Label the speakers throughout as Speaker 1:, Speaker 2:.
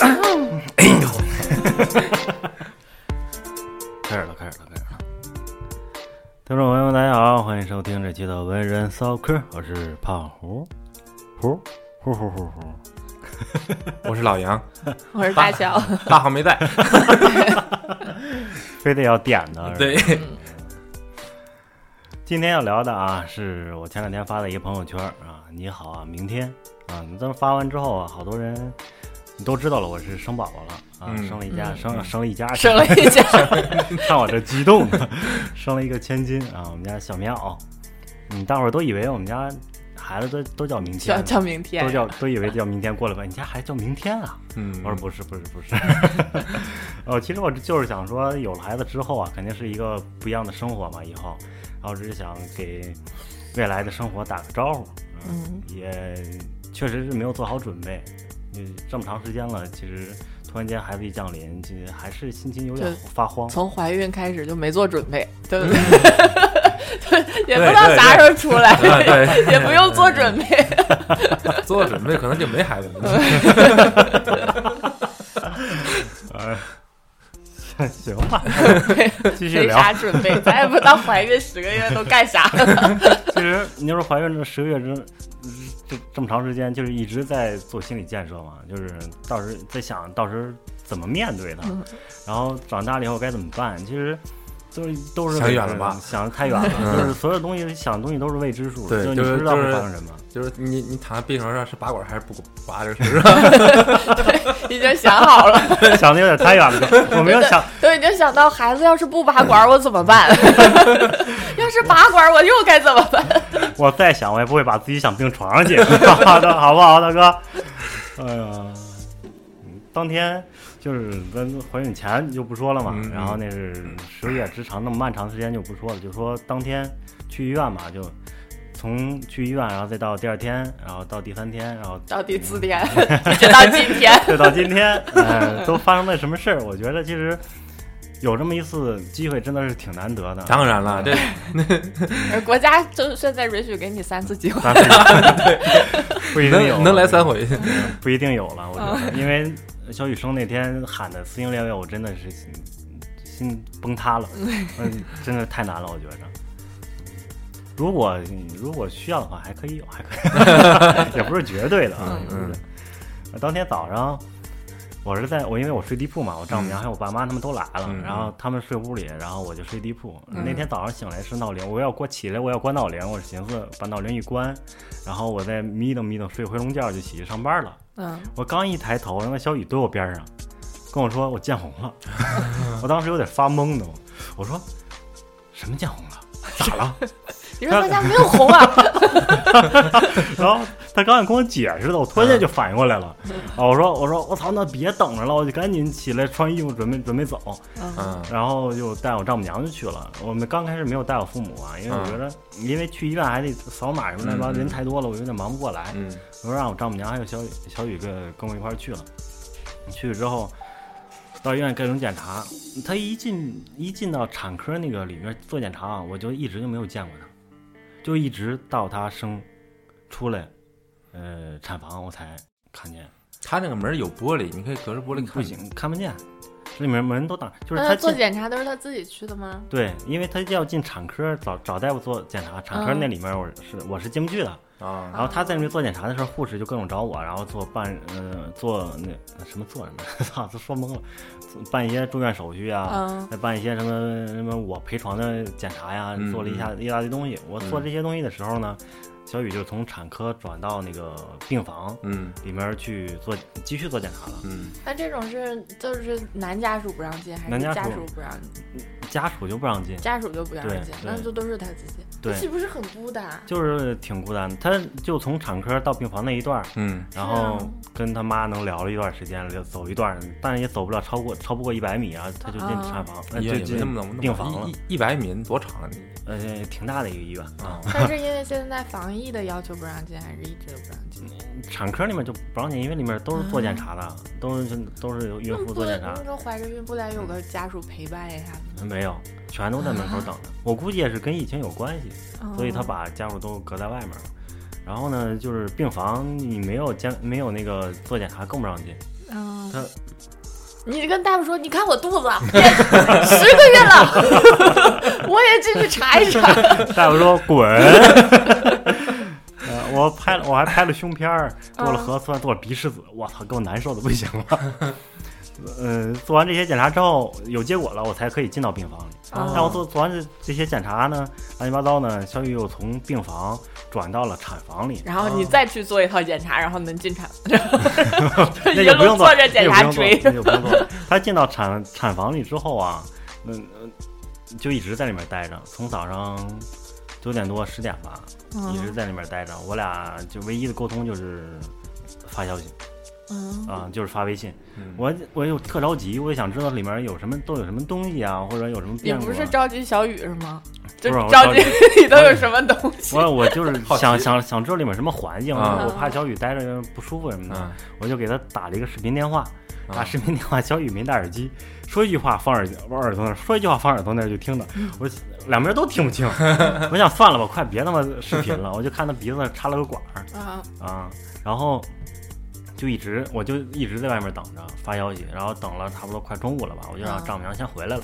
Speaker 1: 哎呦，开始了，开始了，开始了！
Speaker 2: 听众朋友们，大家好，欢迎收听这期的文人骚客，我是胖虎，虎虎虎虎虎。
Speaker 3: 我是老杨，
Speaker 4: 我是大小，
Speaker 3: 大号 没在。
Speaker 2: 非得要点的。
Speaker 3: 对，
Speaker 4: 嗯
Speaker 2: 今天要聊的啊，是我前两天发的一个朋友圈啊，你好啊，明天啊，咱们发完之后啊，好多人都知道了我是生宝宝了啊，
Speaker 3: 嗯
Speaker 2: 生了一家，生生了一家，
Speaker 4: 生了一家，
Speaker 2: 看我这激动的，生了一个千金啊，我们家小棉袄，嗯，大伙儿都以为我们家孩子都都叫明天
Speaker 4: 叫
Speaker 2: 呢，
Speaker 4: 叫明天
Speaker 2: 都，叫都以为叫明天过来问你家孩子叫明天啊。
Speaker 3: 嗯
Speaker 2: 我说不是不是不是， 呃，其实我就是想说，有了孩子之后啊，肯定是一个不一样的生活嘛，以后，然后只是想给未来的生活打个招呼，
Speaker 4: 嗯，
Speaker 2: 也确实是没有做好准备，嗯，这么长时间了，其实突然间孩子一降临，这还是心情有点
Speaker 4: 就
Speaker 2: 发慌，
Speaker 4: 从怀孕开始就没做准备，对不对？
Speaker 2: 嗯
Speaker 4: 对， 也不知道
Speaker 3: 对对
Speaker 4: 啥时候出来，
Speaker 3: 啊 对，
Speaker 4: 也不用做准备，
Speaker 3: 做准备可能就没孩子 了。
Speaker 4: 嗯
Speaker 2: 行吧，继续
Speaker 4: 没
Speaker 2: 聊。
Speaker 4: 啥准备，咱也不知道怀孕十个月都干啥。
Speaker 2: 其实你要说怀孕这十个月之这这么长时间，就是一直在做心理建设嘛，就是到时在想到时怎么面对它，
Speaker 4: 嗯
Speaker 2: 然后长大了以后该怎么办，其实。就是都是
Speaker 3: 想
Speaker 2: 未
Speaker 3: 远
Speaker 2: 知
Speaker 3: 了吧
Speaker 2: 的想得太远了，
Speaker 3: 嗯
Speaker 2: 就是所有东西想的东西都是未知数，
Speaker 3: 对
Speaker 2: 就
Speaker 3: 就是
Speaker 2: 你不知道
Speaker 3: 就
Speaker 2: 会
Speaker 3: 是
Speaker 2: 发生什么。
Speaker 3: 就是你你躺在病床上是拔管还是不拔这个事儿 啊？
Speaker 4: 已经想好了，
Speaker 2: 想的有点太远 了， 我没有想，
Speaker 4: 都已经想到孩子要是不拔管我怎么办， 要是拔管我又该怎么办？
Speaker 2: 我再想我也不会把自己想病床上去， 好的，好不好，大哥？哎呀，当天就是咱怀孕前就不说了嘛，
Speaker 3: 嗯
Speaker 2: 然后那是十个月之长那么漫长的时间就不说了，就说当天去医院嘛，就从去医院，然后再到第二天，然后到第三天，然后
Speaker 4: 到第四天， 一直到今天，
Speaker 2: 再 到今天，哎，都发生了什么事儿？我觉得其实有这么一次机会真的是挺难得的。
Speaker 3: 当然了，这
Speaker 4: 国家就现在允许给你三次机会。
Speaker 2: 但 是 不一定有
Speaker 3: 能能来三回。
Speaker 2: 不一定有了，我觉得，因为小雨生那天喊的撕心裂肺，我真的是心心崩塌了，嗯，真的太难了，我觉着。如果如果需要的话，还可以有，还可以，也 不是绝对的啊，也不是绝对。呃当天早上，我是在我因为我睡地铺嘛，我丈母娘还有我爸妈他们都来了，
Speaker 3: 嗯
Speaker 2: 然后他们睡屋里，然后我就睡地铺。
Speaker 4: 嗯
Speaker 2: 那天早上醒来是闹铃，我要关起来，我要关闹铃，我寻思把闹铃一关，然后我再眯瞪眯瞪睡回笼觉就起去上班了。
Speaker 4: 嗯，
Speaker 2: 我刚一抬头，那小雨蹲我边上，跟我说我见红了。我当时有点发懵呢，我说什么见红了？咋了？
Speaker 4: 你说大家没有红 啊？
Speaker 2: 然后他刚想跟我解释的，我突然间就反应过来了。啊，我说我说我操，那别等着了，我就赶紧起来穿衣服准备准备走。
Speaker 4: 嗯
Speaker 3: 嗯
Speaker 2: 然后就带我丈母娘就去了。我们刚开始没有带我父母啊，因为我觉得因为去医院还得扫码什么乱七八糟，
Speaker 3: 嗯嗯
Speaker 2: 人太多了，我有点忙不过来。
Speaker 3: 嗯
Speaker 2: 我说让我丈母娘还有小雨小雨跟跟我一块儿去了。去了之后，到医院各种检查，他一进一进到产科那个里面做检查啊，我就一直就没有见过他，就一直到他生出来，呃，产房我才看见，
Speaker 3: 他那个门有玻璃，你可以隔着玻璃
Speaker 2: 不，
Speaker 3: 看。
Speaker 2: 行，看不见，这里面门都挡，就是
Speaker 4: 那
Speaker 2: 他
Speaker 4: 他嗯做
Speaker 2: 进。
Speaker 4: 检查都是他自己去的吗？
Speaker 2: 对，因为他要进产科找找大夫做检查，产科
Speaker 4: 嗯
Speaker 2: 那里面我是、我是进不去的，
Speaker 3: 啊，
Speaker 2: 然后他在那边做检查的时候，护士就各种找我，然后做办呃做那什么做什么， 操，都说懵了，做办一些住院手续啊，
Speaker 4: 嗯，
Speaker 2: 再办一些什么什么我陪床的检查呀，
Speaker 3: 嗯
Speaker 2: 做了一下一大堆东西。我做这些东西的时候呢，小雨就从产科转到那个病房
Speaker 3: 嗯
Speaker 2: 里面去做继续做检查了。
Speaker 3: 嗯，
Speaker 4: 那这种是就是男家属不让进，还
Speaker 2: 男
Speaker 4: 是
Speaker 2: 家
Speaker 4: 家
Speaker 2: 属
Speaker 4: 属不让进？
Speaker 3: 嗯
Speaker 2: 家属就不让进，
Speaker 4: 家属就不让
Speaker 2: 对
Speaker 4: 进
Speaker 2: 对，
Speaker 4: 那就都是他自己，
Speaker 2: 对
Speaker 4: 那岂不是很孤单？
Speaker 2: 就是挺孤单的。他就从产科到病房那一段儿，
Speaker 3: 嗯
Speaker 2: 然后
Speaker 4: 是啊
Speaker 2: 跟他妈能聊了一段时间，聊走一段，但也走不了超过超不过一百米啊，他就进
Speaker 4: 啊
Speaker 2: 产房，呃
Speaker 3: 也
Speaker 2: 就
Speaker 3: 也没那
Speaker 2: 进
Speaker 3: 么那么
Speaker 2: 病房了
Speaker 3: 一，一一百米多长啊？你
Speaker 2: 呃，挺大的一个医院啊。
Speaker 4: 但是因为现在防疫的要求不让进，还是一直都不让
Speaker 2: 嗯
Speaker 4: 进？
Speaker 2: 产科里面就不让进，因为里面都是做检查的，都是都是有孕妇做检查
Speaker 4: 那，时候怀着孕，不得有个家属陪伴一下吗？
Speaker 2: 没有，全嗯
Speaker 4: 哦
Speaker 2: 都在门口等着。我估计也是跟疫情有关系，所以他把家属都隔在外面了。然后呢，就是病房你没有检没有那个做检查更不让进，
Speaker 4: 嗯
Speaker 2: 他，
Speaker 4: 你跟大夫说，你看我肚子 也十个月了， 我也进去查一查。
Speaker 2: 大夫说 滚。呃，我拍了，我还拍了胸片儿，做
Speaker 4: 嗯
Speaker 2: 了核酸，做了鼻拭子，我操，给我难受的不行了。呃，做完这些检查之后有结果了，我才可以进到病房里。
Speaker 4: 哦
Speaker 2: 但我做做完这这些检查呢，乱七八糟呢，小雨又从病房转到了产房里，
Speaker 4: 然后你再去做一套检查，然后能 进产，
Speaker 2: 那
Speaker 4: 一
Speaker 2: 就不
Speaker 4: 路
Speaker 2: 用做
Speaker 4: 坐着检查
Speaker 2: 锤，
Speaker 4: 锤。
Speaker 2: 那就不用做了。他进到产产房里之后啊，那、那就一直在里面待着，从早上九点多十点吧，
Speaker 4: 嗯
Speaker 2: 一直在里面待着。我俩就唯一的沟通就是发消息
Speaker 4: 嗯
Speaker 2: 啊、就是发微信。
Speaker 3: 嗯
Speaker 2: 我我又特着急，我也想知道里面有什么都有什么东西啊，或者有什么
Speaker 4: 你
Speaker 2: 变故、
Speaker 4: 不
Speaker 2: 啊。
Speaker 4: 是着急小雨是吗？就
Speaker 2: 不是我
Speaker 4: 着急
Speaker 2: 着
Speaker 4: 你都有什么东西？
Speaker 2: 我我就是
Speaker 3: 好奇
Speaker 2: 想想想知道里面什么环境，
Speaker 3: 啊
Speaker 2: 我怕小雨待着不舒服什么的。
Speaker 3: 嗯，
Speaker 2: 我就给他打了一个视频电话，
Speaker 3: 啊
Speaker 2: 打视频电话，小雨没戴耳机，说一句话放耳往耳朵那儿，说一句话放耳朵那儿就听着，
Speaker 4: 嗯
Speaker 2: 我两边都听不 清，我想算了吧，快别他妈视频了，我就看他鼻子那儿插了个管儿
Speaker 4: 啊，
Speaker 2: 啊，然后就一直我就一直在外面等着发消息，然后等了差不多快中午了吧，我就让
Speaker 4: 啊
Speaker 2: 丈母娘先回来了，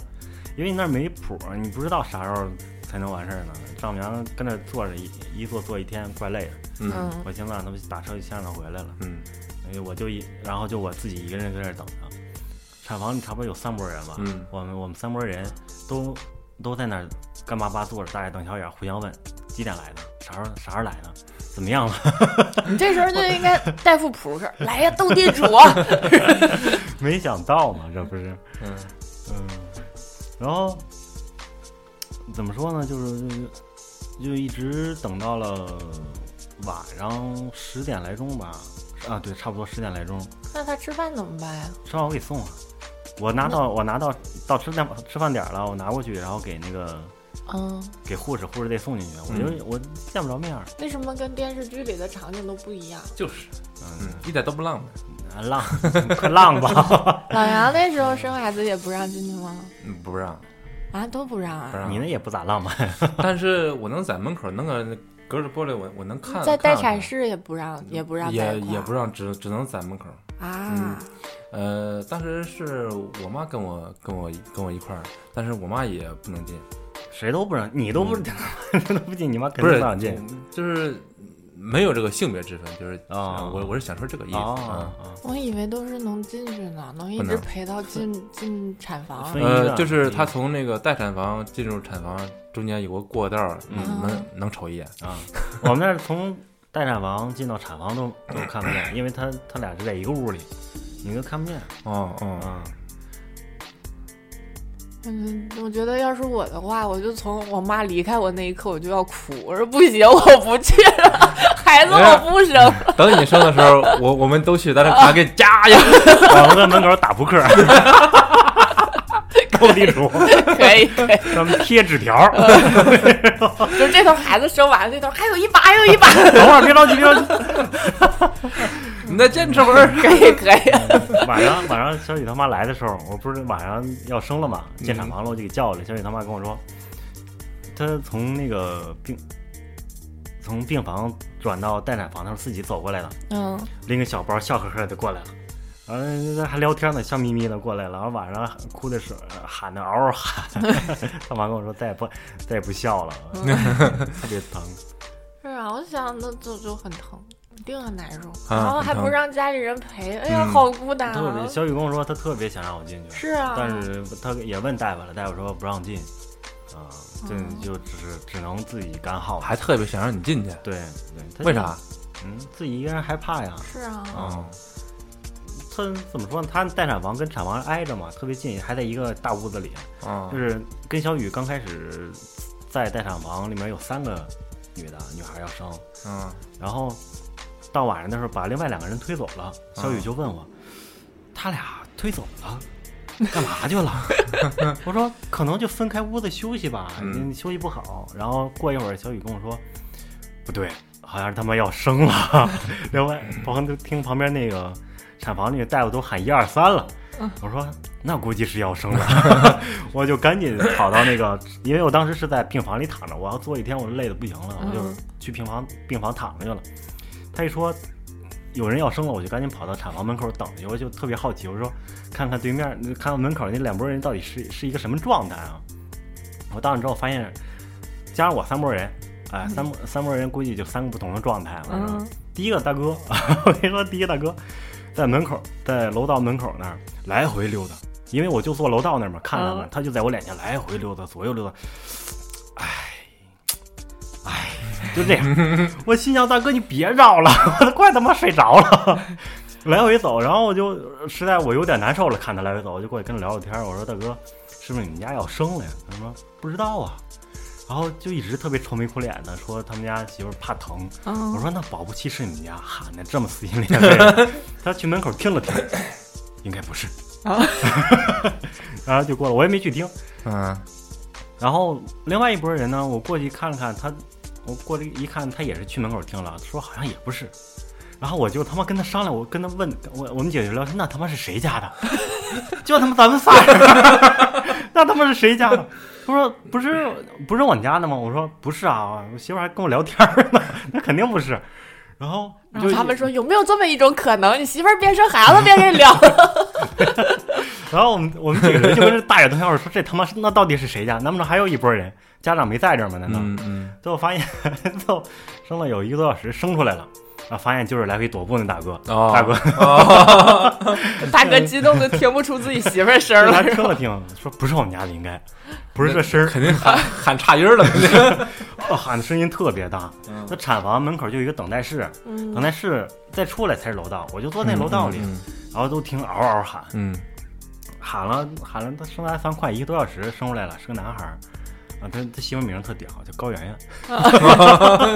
Speaker 2: 因为你那儿没谱儿，你不知道啥时候才能完事儿呢，丈母娘跟那儿坐着一一坐坐一天，怪累的，
Speaker 3: 嗯
Speaker 4: 嗯
Speaker 2: 我寻思让他们打车就先让她回来了。
Speaker 3: 嗯
Speaker 2: 哎，我就一，然后就我自己一个人在那儿等着。产房里差不多有三拨人吧，
Speaker 3: 嗯
Speaker 2: 我们我们三拨人都都在那儿干巴巴坐着，大眼瞪小眼，互相问几点来的，啥时候啥时候来的，怎么样了？
Speaker 4: 你这时候就应 该带副扑克，来呀，斗 地主。
Speaker 2: 没想到嘛，这不是，
Speaker 3: 嗯
Speaker 2: 嗯，然后怎么说呢，就是就是就一直等到了晚上十点来钟吧，啊，对，差不多十点来钟，
Speaker 4: 那他吃饭怎么办呀？
Speaker 2: 正好我给送了。我拿到我拿到到吃饭吃饭点儿了，我拿过去，然后给那个
Speaker 4: 嗯，
Speaker 2: 给护士，护士得送进去。我就、我见不着面儿，
Speaker 4: 为什么跟电视剧里的场景都不一样？
Speaker 3: 就是，嗯
Speaker 2: 嗯，，
Speaker 3: 一点都不浪漫。
Speaker 2: 啊浪 快浪吧，
Speaker 4: 老杨那时候生孩子也不让进去吗？
Speaker 3: 嗯，不让，
Speaker 4: 啊，都不让
Speaker 3: 不
Speaker 4: 啊！
Speaker 3: 让。
Speaker 2: 你那也不咋浪漫。
Speaker 3: 但是我能在门口能个隔着玻璃，我我能看。
Speaker 4: 在
Speaker 3: 看
Speaker 4: 待
Speaker 3: 看
Speaker 4: 产室也不让，也不让在
Speaker 3: 也
Speaker 4: 一块儿
Speaker 3: 也不让，只只能在门口。
Speaker 2: 嗯
Speaker 4: 啊！
Speaker 3: 呃，当时是我妈跟我跟我跟我一块儿，但是我妈也不能进，
Speaker 2: 谁都不让，你都不、 都嗯不进，你妈肯
Speaker 3: 不
Speaker 2: 定
Speaker 3: 是
Speaker 2: 让进。，
Speaker 3: 就是没有这个性别之分，就是
Speaker 2: 哦
Speaker 3: 我我是想说这个意思
Speaker 2: 哦
Speaker 3: 啊。，
Speaker 4: 我以为都是能进去呢，能一
Speaker 3: 不
Speaker 4: 直
Speaker 3: 能
Speaker 4: 陪到进进产房
Speaker 2: 所。以
Speaker 3: 呃，就是她从那个待产房进入产房中间有个过道儿，
Speaker 4: 嗯
Speaker 3: 能能瞅一眼。
Speaker 2: 啊，我们那儿从待产房进到产房都都看不见，因为他他俩是在一个屋里，你都看不见。
Speaker 3: 哦哦，
Speaker 2: 啊，
Speaker 4: 嗯，我觉得要是我的话，我就从我妈离开我那一刻，我就要哭。我说不行，我不去了，孩子我不生了。
Speaker 3: 等你生的时候，我我们都去，咱俩咱给你加一下。
Speaker 2: 我们在门口打扑克，斗地主。
Speaker 4: 可以，可以，
Speaker 2: 咱们贴纸条儿。
Speaker 4: 就这头孩子生完，那头还有一把，还有一把，
Speaker 2: 等会儿别着急，别着急。
Speaker 3: 你再坚持会儿。
Speaker 4: 可以，可 以。
Speaker 2: 晚上晚上小雨他妈来的时候，我不是晚上要生了嘛，进产房了，我就给叫了。小雨他妈跟我说，她从那个病从病房转到待产房的时候，自己走过来的，
Speaker 4: 嗯，
Speaker 2: 拎个小包，笑呵呵的过来了。嗯，那还聊天呢，笑眯眯的过来了，然后晚上哭的时候喊的嗷嗷喊， 他妈跟我说再也不再也不笑了， 特别疼。
Speaker 4: 是嗯啊，我想那就就很疼，一定很难受，
Speaker 3: 啊
Speaker 4: 然后还
Speaker 3: 很疼
Speaker 4: 不让家里人陪，哎呀，
Speaker 3: 嗯
Speaker 4: 好孤单
Speaker 2: 特别
Speaker 4: 啊！
Speaker 2: 小雨跟我说，她特别想让我进去，
Speaker 4: 是啊，
Speaker 2: 但是他也问大夫了，大夫说不让进，啊、这
Speaker 4: 嗯
Speaker 2: 就只是只能自己干耗了。
Speaker 3: 还特别想让你进去，
Speaker 2: 对对，他
Speaker 3: 为啥？？嗯
Speaker 2: 嗯，自己一个人害怕呀。
Speaker 4: 是啊，
Speaker 2: 啊、他怎么说呢？他待产房跟产房挨着嘛，特别近，还在一个大屋子里。
Speaker 3: 啊
Speaker 2: 就是跟小雨刚开始在待产房里面有三个女的女孩要生，
Speaker 3: 啊
Speaker 2: 然后到晚上的时候把另外两个人推走了。小
Speaker 3: 啊
Speaker 2: 雨就问我，他俩推走了。干嘛去了？ 我说可能就分开屋子休息吧，
Speaker 3: 嗯
Speaker 2: 你休息不好。然后过一会儿，小雨跟我说，不对，好像是他妈要生了。 另外，旁就听旁边那个产房那个大夫都喊一二三了。我说那估计是要生了， 我就赶紧跑到那个，因为我当时是在病房里躺着，我要坐一天，我累的不行了，我就
Speaker 4: 嗯
Speaker 2: 去病房病房躺着去了。他一说有人要生了，我就赶紧跑到产房门口等去，我就特别好奇，我说看看对面，看看门口那两拨人到底是是一个什么状态啊？我到那之后发现，加上我三拨人，哎，三拨三拨人估计就三个不同的状态，我跟你说。
Speaker 4: 嗯
Speaker 2: 第一个大哥， 我跟你说，第一个大哥在门口，在楼道门口那儿来回溜达，因为我就坐楼道那儿嘛，看他们，
Speaker 4: 嗯
Speaker 2: 他就在我脸前来回溜达，左右溜达，哎，哎，就这样。 我心想，大哥你别绕了， 我都快他妈睡着了。来回走，然后我就实在我有点难受了，看他来回走，我就过去跟他聊聊天儿。我说大哥，是不是你们家要生了呀？他说不知道啊，然后就一直特别愁眉苦脸的说他们家媳妇儿怕疼，我
Speaker 4: 嗯
Speaker 2: 说那保不齐是你们家喊的这么撕心裂肺。他去门口听了听，应该不是
Speaker 4: 啊，
Speaker 2: 然后就过了，我也没去听。
Speaker 3: 嗯
Speaker 2: 然后另外一拨人呢，我过去看了看他，我过去一看，他也是去门口听了，说好像也不是。然后我就他妈跟他商量，我跟他问，我我们姐姐聊天，那他妈是谁家的？ 就他妈咱们仨人， 那他妈是谁家的？他说不是不是我们家的吗？我说不是啊，我媳妇还跟我聊天呢， 那肯定不是。然后
Speaker 4: 然
Speaker 2: 就
Speaker 4: 后他们说有没有这么一种可能，你媳妇儿边生孩子边跟你聊？
Speaker 2: 然后我们我们几个人就跟这大眼瞪小眼说：“这他妈是那到底是谁家？难不成还有一拨人家长没在这儿吗？难道？”
Speaker 3: 嗯嗯，
Speaker 2: 最后发现，最后生了有一个多小时，生出来了，然后发现就是来回踱步那大哥，
Speaker 3: 哦，
Speaker 2: 大哥，
Speaker 4: 大哥激动的听不出自己媳妇儿声
Speaker 2: 就
Speaker 4: 儿
Speaker 2: 他
Speaker 4: 了，
Speaker 2: 听了听，说不是我们家的，应该不是这声儿，
Speaker 3: 肯定 喊喊差音儿了，肯定。
Speaker 2: 哦喊的声音特别大。
Speaker 3: 嗯
Speaker 2: 那产房门口就有一个等待室，等
Speaker 4: 嗯
Speaker 2: 待室再出来才是楼道，我就坐 那楼道里，
Speaker 4: 嗯
Speaker 2: 然后都听嗷嗷喊，
Speaker 3: 嗯，嗯，
Speaker 2: 喊了喊了，他生来三快一个多小时，生出来了，是个男孩儿。啊，他他媳妇名儿特屌，叫高圆圆。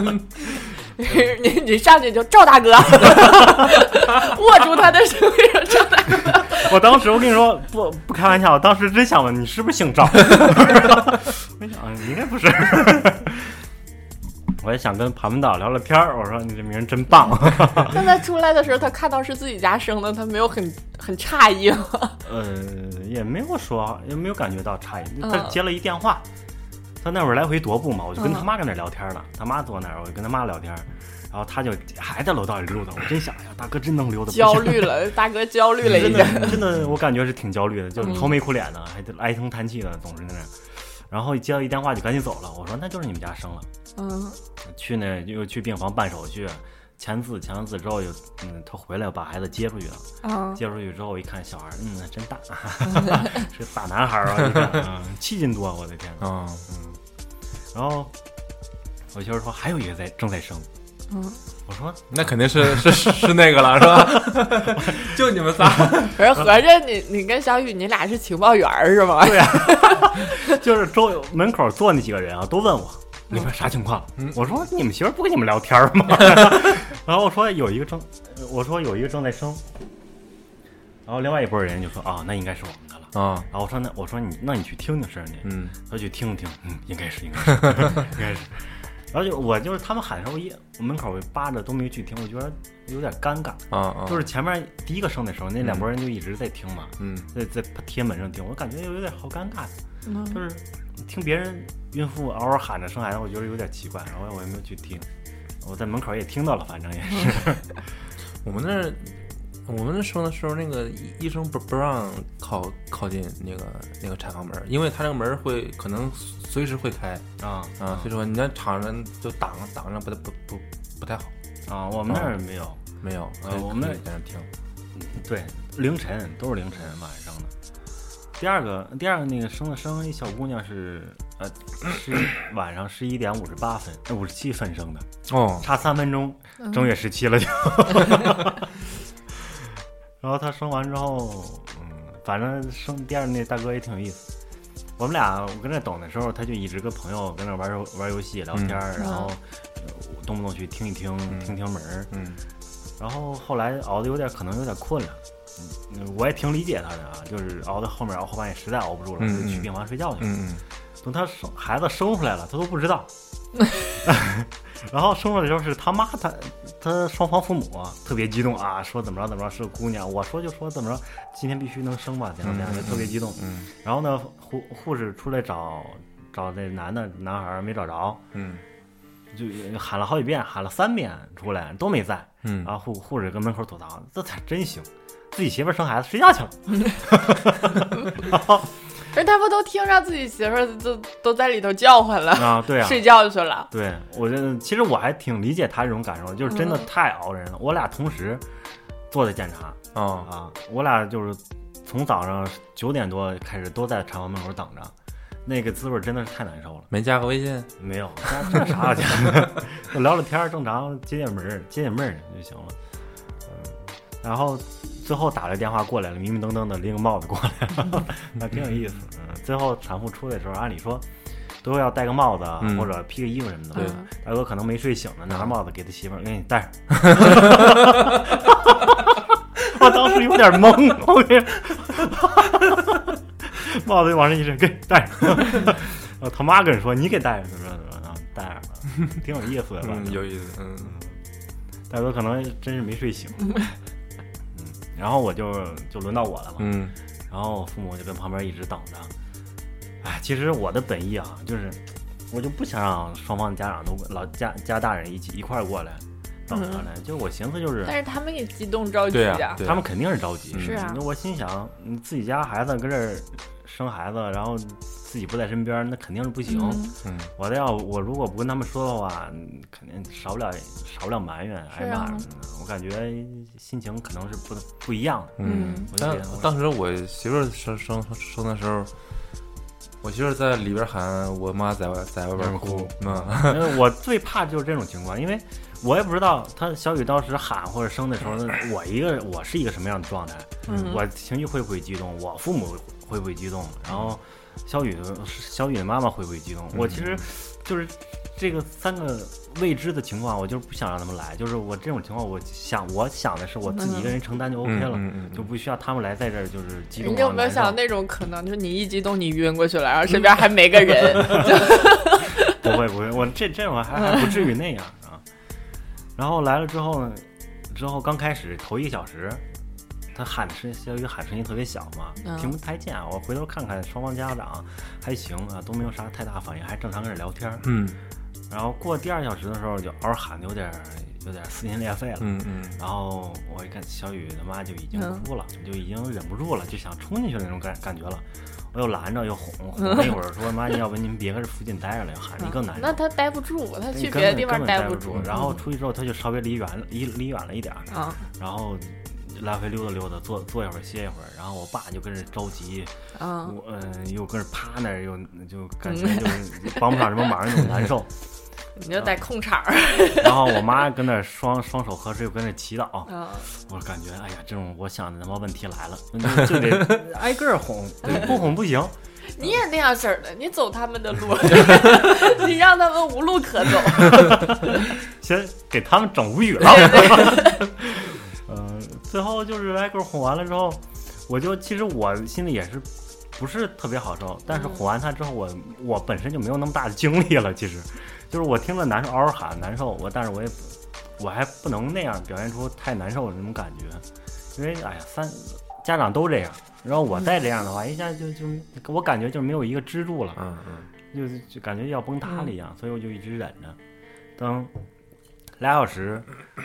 Speaker 3: 嗯
Speaker 4: 你你上去就赵大 哥，握住他的手，赵大哥，
Speaker 2: 我当时我跟你说不不开玩笑，我当时真想问你是不是姓赵，我一想啊应该不是。 我也想跟盘盘岛聊聊天儿，我说你这名儿真棒。
Speaker 4: 那他出来的时候，他看到是自己家生的，他没有很很诧异吗？
Speaker 2: 呃，也没有说，也没有感觉到差异。
Speaker 4: 嗯
Speaker 2: 他接了一电话，他那会儿来回踱步嘛，我就跟
Speaker 4: 嗯
Speaker 2: 他妈跟那儿聊天呢。他妈坐那儿，我就跟他妈聊天儿，然后他就还在楼道里溜达。我真想，哎呀，大哥真能溜达，不
Speaker 4: 焦
Speaker 2: 像
Speaker 4: 虑了，大哥焦虑了
Speaker 2: 真
Speaker 4: 一
Speaker 2: 的
Speaker 4: 下。
Speaker 2: 真的，我感觉是挺焦虑的，就是愁眉苦脸的，还得唉声叹气的，总是那样。然后接到一电话就赶紧走了，我说那就是你们家生了，
Speaker 4: 嗯
Speaker 2: 去那又去病房办手续，签字签完字之后又嗯，他回来把孩子接出去了，
Speaker 4: 嗯，
Speaker 2: 接出去之后我一看小孩儿，嗯，真大， 是大男孩儿啊， 一看嗯七斤多，我的天呐，
Speaker 3: 哦，
Speaker 2: 嗯，然后我媳妇儿说还有一个在正在生，
Speaker 4: 嗯，
Speaker 2: 我说
Speaker 3: 那肯定是是是是那个了，是吧？ 就你们仨，
Speaker 4: 可是合着你你跟小雨你俩是情报员儿是吗？
Speaker 2: 啊就是周门口坐那几个人啊，都问我你们啥情况？我说你们媳妇儿不跟你们聊天儿吗？ 然后我说有一个正，我说有一个正在生，然后另外一拨人就说啊，那应该是我们的了。
Speaker 3: 啊，
Speaker 2: 然后我说那我说你那你去听听声去，
Speaker 3: 嗯
Speaker 2: 他去听了听，嗯，应该是应该是 应该是。然后就我就是他们喊的时候，我一我门口扒着都没去听，我觉得有点尴尬。
Speaker 3: 啊啊，
Speaker 2: 就是前面第一个生的时候，那两拨人就一直在听嘛，
Speaker 3: 嗯
Speaker 2: 在在贴门上听，我感觉有点好尴尬。
Speaker 4: 嗯
Speaker 2: 就是听别人孕妇嗷嗷喊着生孩子，我觉得有点奇怪，然后我也没有去听。我在门口也听到了，反正也是。
Speaker 3: 我们那儿，我们那生的时候，那个医医生不不让靠靠近那个那个产房门儿，因为他那个门儿会可能随时会开
Speaker 2: 啊
Speaker 3: 啊，所以说你要敞着就挡挡着不太不不不太好。呃
Speaker 2: 啊，我们那儿没有。
Speaker 3: 没有，
Speaker 2: 啊
Speaker 3: 可以
Speaker 2: 我们
Speaker 3: 可以在那儿听，
Speaker 2: 对，凌晨都是凌晨晚上的。第二个，第二个那个生的生一小姑娘是呃十一晚上十一点五十八分呃五十七分生的，
Speaker 3: 哦，
Speaker 2: 差三分钟，
Speaker 4: 嗯
Speaker 2: 正月十七了就。然后她生完之后，嗯，反正生第二那大哥也挺有意思。我们俩我跟那等的时候，他就一直跟朋友跟那玩游玩游戏聊天儿，
Speaker 4: 嗯
Speaker 2: 然后呃动不动去听一听、听听门儿。
Speaker 3: 嗯
Speaker 2: 然后后来熬的有点可能有点困了，嗯，我也挺理解他的啊，就是熬到后面熬后半夜实在熬不住了，
Speaker 3: 嗯
Speaker 2: 就去病房睡觉去了。
Speaker 3: 嗯
Speaker 2: 等他生 孩子生出来了，他都不知道。然后生出来的时候是他妈他他双方父母啊特别激动啊，说怎么着怎么着是个姑娘，我说就说怎么着，今天必须能生吧，怎样怎样，就特别激动。
Speaker 3: 嗯
Speaker 2: 然后呢，护护士出来找找那男的男孩儿没找着，
Speaker 3: 嗯
Speaker 2: 就喊了好几遍，喊了三遍出来都没在。
Speaker 3: 嗯
Speaker 2: 然后护护士跟门口吐槽：“这才真行，自己媳妇儿生孩子睡 觉去了。
Speaker 4: 人他不都听着自己媳妇儿都都在里头叫唤”了，
Speaker 2: 啊，对啊，
Speaker 4: 睡觉去了。
Speaker 2: 对，我觉得其实我还挺理解他这种感受，就是真的
Speaker 4: 嗯
Speaker 2: 太熬人了。我俩同时做的检查
Speaker 3: 啊
Speaker 2: 啊，我俩就是从早上九点多开始都在产房门口等着，那个滋味真的是太难受了。
Speaker 3: 没加个微信，
Speaker 2: 没有，这这啥家伙， 就聊聊天儿，正常解解闷儿，解解闷儿就行了。嗯，然后最后打了电话过来了，迷迷瞪瞪的拎个帽子过来 了，还挺有意思。嗯，最后产妇出来的时候，按理说都要戴个帽子啊
Speaker 3: 嗯
Speaker 2: 或者披个衣服什么的。啊
Speaker 3: 对
Speaker 4: 嗯
Speaker 2: 大哥可能没睡醒呢，拿
Speaker 3: 嗯
Speaker 2: 着帽子给他媳妇儿，给你戴上。 我当时有点懵，我给帽子就往上一扔，给戴上。 我他妈跟人说你给戴上，怎么着怎么着，然后戴上了，挺有意思的吧？
Speaker 3: 嗯，有意思，嗯
Speaker 2: 大哥可能真是没睡 醒。嗯，然后我就就轮到我了嘛，
Speaker 3: 嗯
Speaker 2: 然后我父母就跟旁边一直等着。哎，其实我的本意啊，就是我就不想让双方家长都老家家大人一起一块儿过来等着呢，就我寻思就是
Speaker 4: 但是他们也激动着急啊
Speaker 3: 对啊呀，对
Speaker 2: 他们肯定是着急，
Speaker 4: 是啊
Speaker 2: 那我心想，你自己家孩子跟这儿生孩子，然后自己不在身边，那肯定是不行。
Speaker 4: 嗯
Speaker 3: 嗯
Speaker 2: 我的要我如果不跟他们说的话，嗯肯定少不了少不了埋怨挨骂什么的。
Speaker 4: 啊
Speaker 2: 我感觉心情可能是不不一样的。
Speaker 3: 嗯。
Speaker 4: 嗯
Speaker 2: 我就
Speaker 3: 当
Speaker 2: 给他们
Speaker 3: 当时我媳妇儿生生生的时候，我媳妇儿在里边喊，我妈在外在外边哭
Speaker 2: 哭，
Speaker 3: 嗯，
Speaker 2: 因为我最怕就是这种情况，因为我也不知道他小雨当时喊或者生的时候，
Speaker 3: 嗯
Speaker 2: 我一个我是一个什么样的状态，
Speaker 4: 嗯
Speaker 2: 我情绪会不会激动，我父母会不会激动，然后小雨小雨的妈妈会不会激动？我其
Speaker 3: 嗯
Speaker 2: 实就是这个三个未知的情况，我就是不想让他们来，就是我这种情况，我想我想的是我自己一个人承担就 OK 了，
Speaker 3: 嗯嗯嗯
Speaker 2: 就不需要他们来在这儿就是激动。啊
Speaker 4: 你有没有想那种可能，就是你一激动你晕过去了，然后身边还没个人？
Speaker 2: 不会不会，我这这种还还不至于那样啊。然后来了之后呢，之后刚开始头一个小时，他喊的声小雨喊声音特别小嘛，
Speaker 4: 嗯
Speaker 2: 听不太见啊。我回头看看双方家长还行啊，都没有啥太大反应，还正常跟人聊天儿。
Speaker 3: 嗯
Speaker 2: 然后过第二小时的时候，就嗷喊的有点有点撕心裂肺了。
Speaker 3: 嗯嗯
Speaker 2: 然后我一看小雨他妈就已经
Speaker 4: 嗯
Speaker 2: 哭了，就已经忍不住了，就想冲进去的那种感感觉了。我又拦着又哄哄 了一会儿，说妈，你要不您别跟这附近待着了， 喊你更难受。
Speaker 4: 那他待不住，他
Speaker 2: 对
Speaker 4: 去
Speaker 2: 根
Speaker 4: 别的
Speaker 2: 本
Speaker 4: 地方
Speaker 2: 根本待
Speaker 4: 不
Speaker 2: 住。然后出去之后，他就稍微离远了，离离远了一点儿，
Speaker 4: 啊
Speaker 2: 然后来回溜达溜达，坐坐一会儿，歇一会儿。然后我爸就跟着着急，
Speaker 4: 啊，
Speaker 2: 我嗯又跟着趴那儿，又就感觉 就是帮不上什么忙，那种难 受。
Speaker 4: 你就得控场儿
Speaker 2: 然后我妈跟那儿双双手合十，又跟着祈祷。
Speaker 4: 啊，
Speaker 2: 我感觉，哎呀，这种我想的他妈问题来了，就就得 挨个儿哄，不哄不行。
Speaker 4: 你也那样式儿的，你走他们 的路，你让他们无路可走。
Speaker 2: 先给他们整无语了。 嗯，最后就是挨个哄完了之后，我就其实我心里也是不是特别好受，但是
Speaker 4: 嗯
Speaker 2: 哄完他之后，我我本身就没有那么大的精力了。其实，就是我听着难受，嗷嗷喊难受，我但是我也我还不能那样表现出太难受的那种感觉，因为哎呀，三家长都这样，然后我再这样的话，一下就就我感觉就没有一个支柱了。
Speaker 3: 嗯嗯
Speaker 2: 就就感觉要崩塌了
Speaker 4: 嗯
Speaker 2: 一样，所以我就一直忍着。等俩小时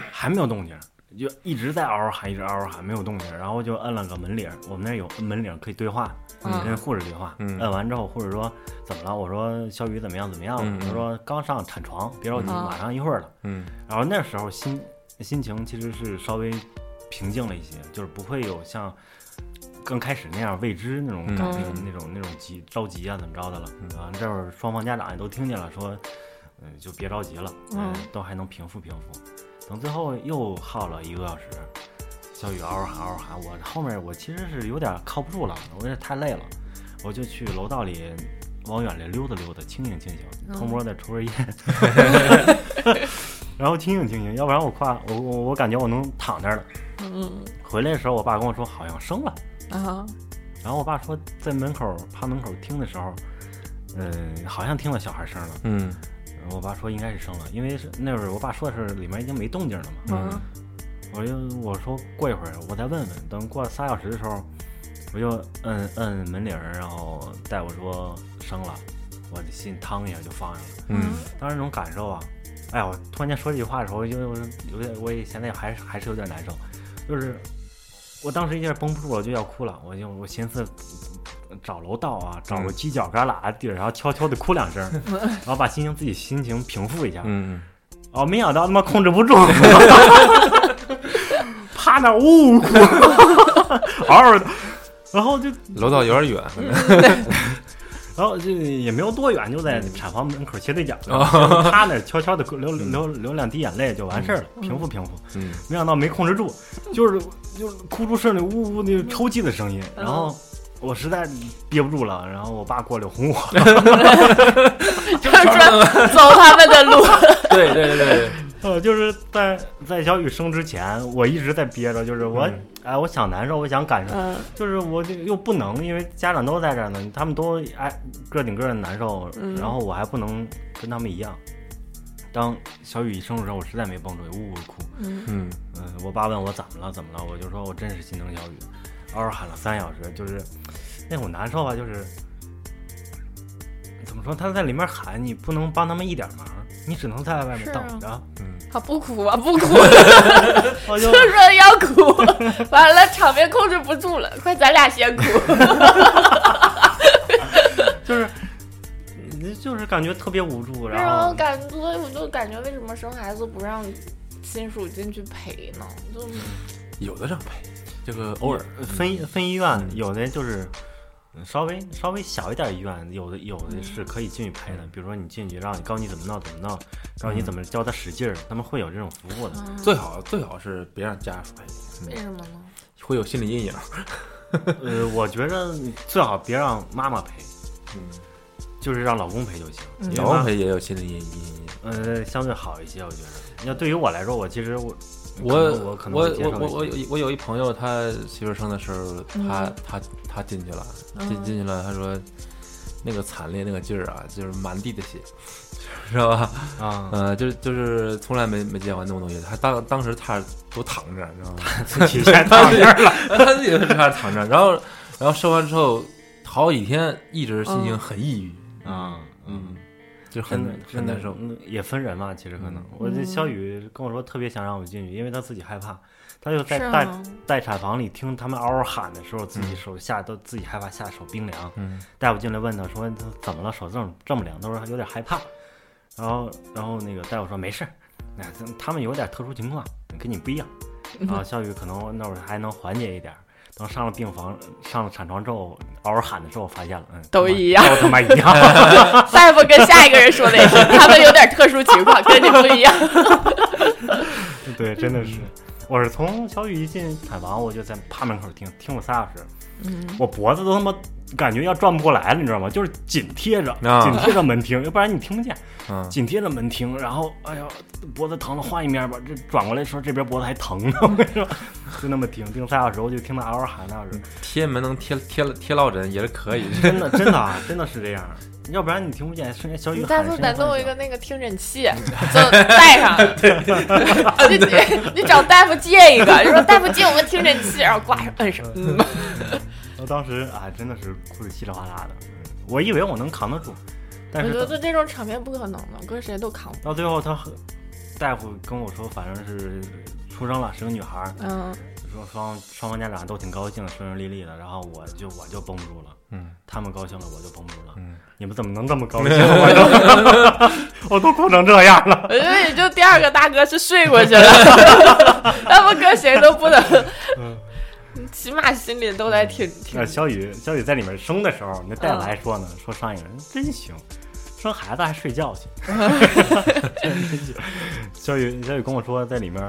Speaker 2: 还没有动静儿，就一直在嗷嗷喊，一直嗷嗷喊，没有动静儿。然后就摁了个门铃儿，我们那儿有摁门铃儿可以对话，
Speaker 4: 嗯
Speaker 2: 跟护士对话。
Speaker 3: 嗯
Speaker 2: 摁完之后，护士说怎么了？我说小雨怎么样怎么样了？
Speaker 3: 嗯嗯
Speaker 2: 他说刚上产床，别着急，
Speaker 4: 嗯
Speaker 2: 马上一会儿了。
Speaker 3: 嗯
Speaker 2: 然后那时候心心情其实是稍微平静了一些，就是不会有像刚开始那样未知那种
Speaker 3: 嗯
Speaker 2: 感觉、
Speaker 4: 嗯
Speaker 2: 那种那种急着急啊怎么着的了
Speaker 3: 嗯
Speaker 2: 啊。这会儿双方家长也都听见了，说嗯、就别着急了，
Speaker 4: 嗯
Speaker 2: 都还能平复平复。等最后又耗了一个小时，小雨嗷嗷喊嗷嗷喊，我后面我其实是有点靠不住了，我有点太累了，我就去楼道里往远里溜达溜达，清醒清醒，偷摸的抽根烟，然后清醒清醒，要不然我怕我我我感觉我能躺那儿了。
Speaker 4: 嗯
Speaker 2: 回来的时候，我爸跟我说好像生了，
Speaker 4: 啊，
Speaker 2: 然后我爸说呃在门口趴门口听的时候，嗯、好像听到小孩声了。
Speaker 3: 嗯
Speaker 2: 嗯我爸说应该是生了，因为是那会儿我爸说的是里面已经没动静了嘛。
Speaker 4: 嗯
Speaker 2: 我就我说过一会儿我再问问，等过仨小时的时候，我就摁摁门铃儿，然后大夫说生了，我的心汤一下就放下了。
Speaker 3: 嗯
Speaker 2: 当时那种感受啊，哎呀，我突然间说这句话的时候，因为我有点，我也现在还是还是有点难受，就是我当时一下绷不住了，就要哭了，我就我寻思。找楼道啊，找个犄角旮旯的地儿，然后悄悄的哭两声，然后把心情自己心情平复一下。
Speaker 3: 嗯，
Speaker 2: 哦，没想到他妈控制不住， 趴那儿呜哭，嗷嗷的，然后就
Speaker 3: 楼道有点远，
Speaker 2: 然后这也没有多远，就在产房门口斜对角，
Speaker 3: 哦
Speaker 2: 趴那儿悄悄的流
Speaker 3: 嗯
Speaker 2: 流流两滴眼泪就完事儿了，平复平复。
Speaker 3: 嗯
Speaker 2: 没想到没控制住，就是就是哭出声里呜呜那抽泣的声音，
Speaker 4: 嗯
Speaker 2: 然后我实在憋不住了，然后我爸过来哄我，
Speaker 4: 他说走他们的 路，
Speaker 3: 对对对对，
Speaker 2: 呃，就是在在小雨生之前，我一直在憋着，就是我、
Speaker 3: 嗯
Speaker 2: 哎，我想难受，我想感受。
Speaker 4: 嗯
Speaker 2: 就是我这又不能，因为家长都在这儿呢，他们都哎个顶个的难受，
Speaker 4: 嗯
Speaker 2: 然后我还不能跟他们一样。当小雨一生的时候，我实在没绷住，呜呜哭。
Speaker 4: 嗯
Speaker 3: 嗯
Speaker 2: 嗯、我爸问我怎么了，怎么了，我就说我真是心疼小雨，嗷嗷喊了三小时，就是那种难受啊，就是怎么说，他在里面喊，你不能帮他们一点忙，你只能在外面
Speaker 4: 是啊
Speaker 2: 等着。
Speaker 3: 嗯，
Speaker 4: 他不哭啊，不哭，
Speaker 2: 我
Speaker 4: 就
Speaker 2: 就
Speaker 4: 说要哭， 完了场面控制不住了，快咱俩先哭，
Speaker 2: 就是。你就是感觉特别无助，然
Speaker 4: 然
Speaker 2: 后
Speaker 4: 后感，所以我就感觉为什么生孩子不让亲属进去陪呢？就
Speaker 3: 有的让陪，这个偶尔
Speaker 2: 呃分医分医院，有的就是嗯稍微稍微小一点医院，有的有的是可以进去陪的，比如说你进去让你告诉你怎么弄怎么弄，告诉你怎么教他使劲儿，他们会有这种服务的。
Speaker 3: 最好最好是别让家属陪，
Speaker 4: 为什么呢？
Speaker 3: 会有心理阴影。
Speaker 2: 呃，我觉得最好别让妈妈陪，
Speaker 3: 嗯，
Speaker 2: 就是让老公陪就行。因为
Speaker 3: 老
Speaker 2: 妈
Speaker 3: 公陪也有心理阴阴影。
Speaker 2: 呃相对好一些，我觉得。要对于我来说，我其实我可
Speaker 3: 我
Speaker 2: 能我可能
Speaker 3: 我
Speaker 2: 会接
Speaker 3: 我
Speaker 2: 受
Speaker 3: 我
Speaker 2: 一
Speaker 3: 我
Speaker 2: 些
Speaker 3: 有我有一朋友，他媳妇儿生的时候，他、他他进去了，进
Speaker 4: 嗯
Speaker 3: 进去了，他说那个惨烈那个劲儿啊，就是满地的血， 知道吧？
Speaker 2: 啊，
Speaker 3: 呃，就是就是从来没没见过那么东西。他当当时他都躺着，你 知道吗？
Speaker 2: 自己先躺这儿了。
Speaker 3: 他自己就开始躺着，然后然后生完之后好几天一直心情很抑郁，
Speaker 2: 啊，嗯
Speaker 3: 嗯。，就
Speaker 2: 真的
Speaker 3: 很
Speaker 2: 真
Speaker 3: 很
Speaker 2: 的
Speaker 3: 难受。嗯
Speaker 2: 嗯也分人嘛，其实可能。我
Speaker 4: 嗯
Speaker 2: 这小雨跟我说特别想让我进去，因为她自己害怕，她就在
Speaker 4: 是
Speaker 2: 待
Speaker 4: 吗
Speaker 2: 待产房里听他们嗷嗷喊的时候，自己手下都自己害怕，下手冰凉。
Speaker 3: 嗯
Speaker 2: 大夫进来问她说她怎么了，手这么这么凉，她说有点害怕。然后然后那个大夫说没事儿，哎，他他们有点特殊情况，跟你不一 样。然后小雨可能那会儿还能缓解一点儿。等上了病房，上了产床之后，嗷嗷喊的时候，我发现了，嗯，他
Speaker 4: 都
Speaker 2: 妈
Speaker 4: 一样
Speaker 2: 都他妈一样。
Speaker 4: 大夫跟下一个人 说的也是，他们有点特殊情况，跟你不一样。
Speaker 2: 对，真的是，我是从小雨一进产房，我就在趴门口听，听了仨小时，
Speaker 4: 嗯，
Speaker 2: 我脖子都他妈感觉要转不过来了，你知道吗？就是紧贴着，
Speaker 3: 啊
Speaker 2: 紧贴着门听，要不然你听不见，
Speaker 3: 嗯，
Speaker 2: 紧贴着门听，然后哎呀，脖子疼了，换一面吧，这转过来的时候这边脖子还疼呢， 我跟你说，就那么听，听仨小时，我就听到嗷嗷喊那是，
Speaker 3: 贴门能贴贴贴落枕也是可以。
Speaker 2: 真的真的啊真的是这样，要不然你听不见，瞬间小雨
Speaker 4: 你
Speaker 2: 喊
Speaker 4: 下
Speaker 2: 声
Speaker 4: 次
Speaker 2: 音
Speaker 4: 得
Speaker 2: 会
Speaker 4: 弄
Speaker 2: 小
Speaker 4: 一个那个听 诊器，就带上。你
Speaker 2: 嗯
Speaker 4: 你你找大夫借一个，你说大夫借我个听诊器，然后挂上摁上。嗯
Speaker 2: 我当时啊，真的是哭的稀里哗啦的，我以为我能扛得住，但
Speaker 4: 我
Speaker 2: 是
Speaker 4: 觉得这种场面不可能的，跟谁都扛不。
Speaker 2: 到最后他和大夫跟我说，反正是出生了，是个女孩儿，
Speaker 4: 嗯，
Speaker 2: 说双双方家长都挺高兴，顺顺利利的。然后我就我就绷不住了，
Speaker 3: 嗯
Speaker 2: 他们高兴了，我就绷不住了。
Speaker 3: 嗯，
Speaker 2: 你们怎么能这么高兴？啊我都 我都哭成这样 了。
Speaker 4: 我觉得也就第二个大哥是睡过去了， 他们跟谁都不能。嗯起码心里都得挺挺
Speaker 2: 嗯那小雨小雨在里面生的时候，那大夫还说呢，说上一人真行。生孩子还睡觉去， 小雨小雨跟我说，在里面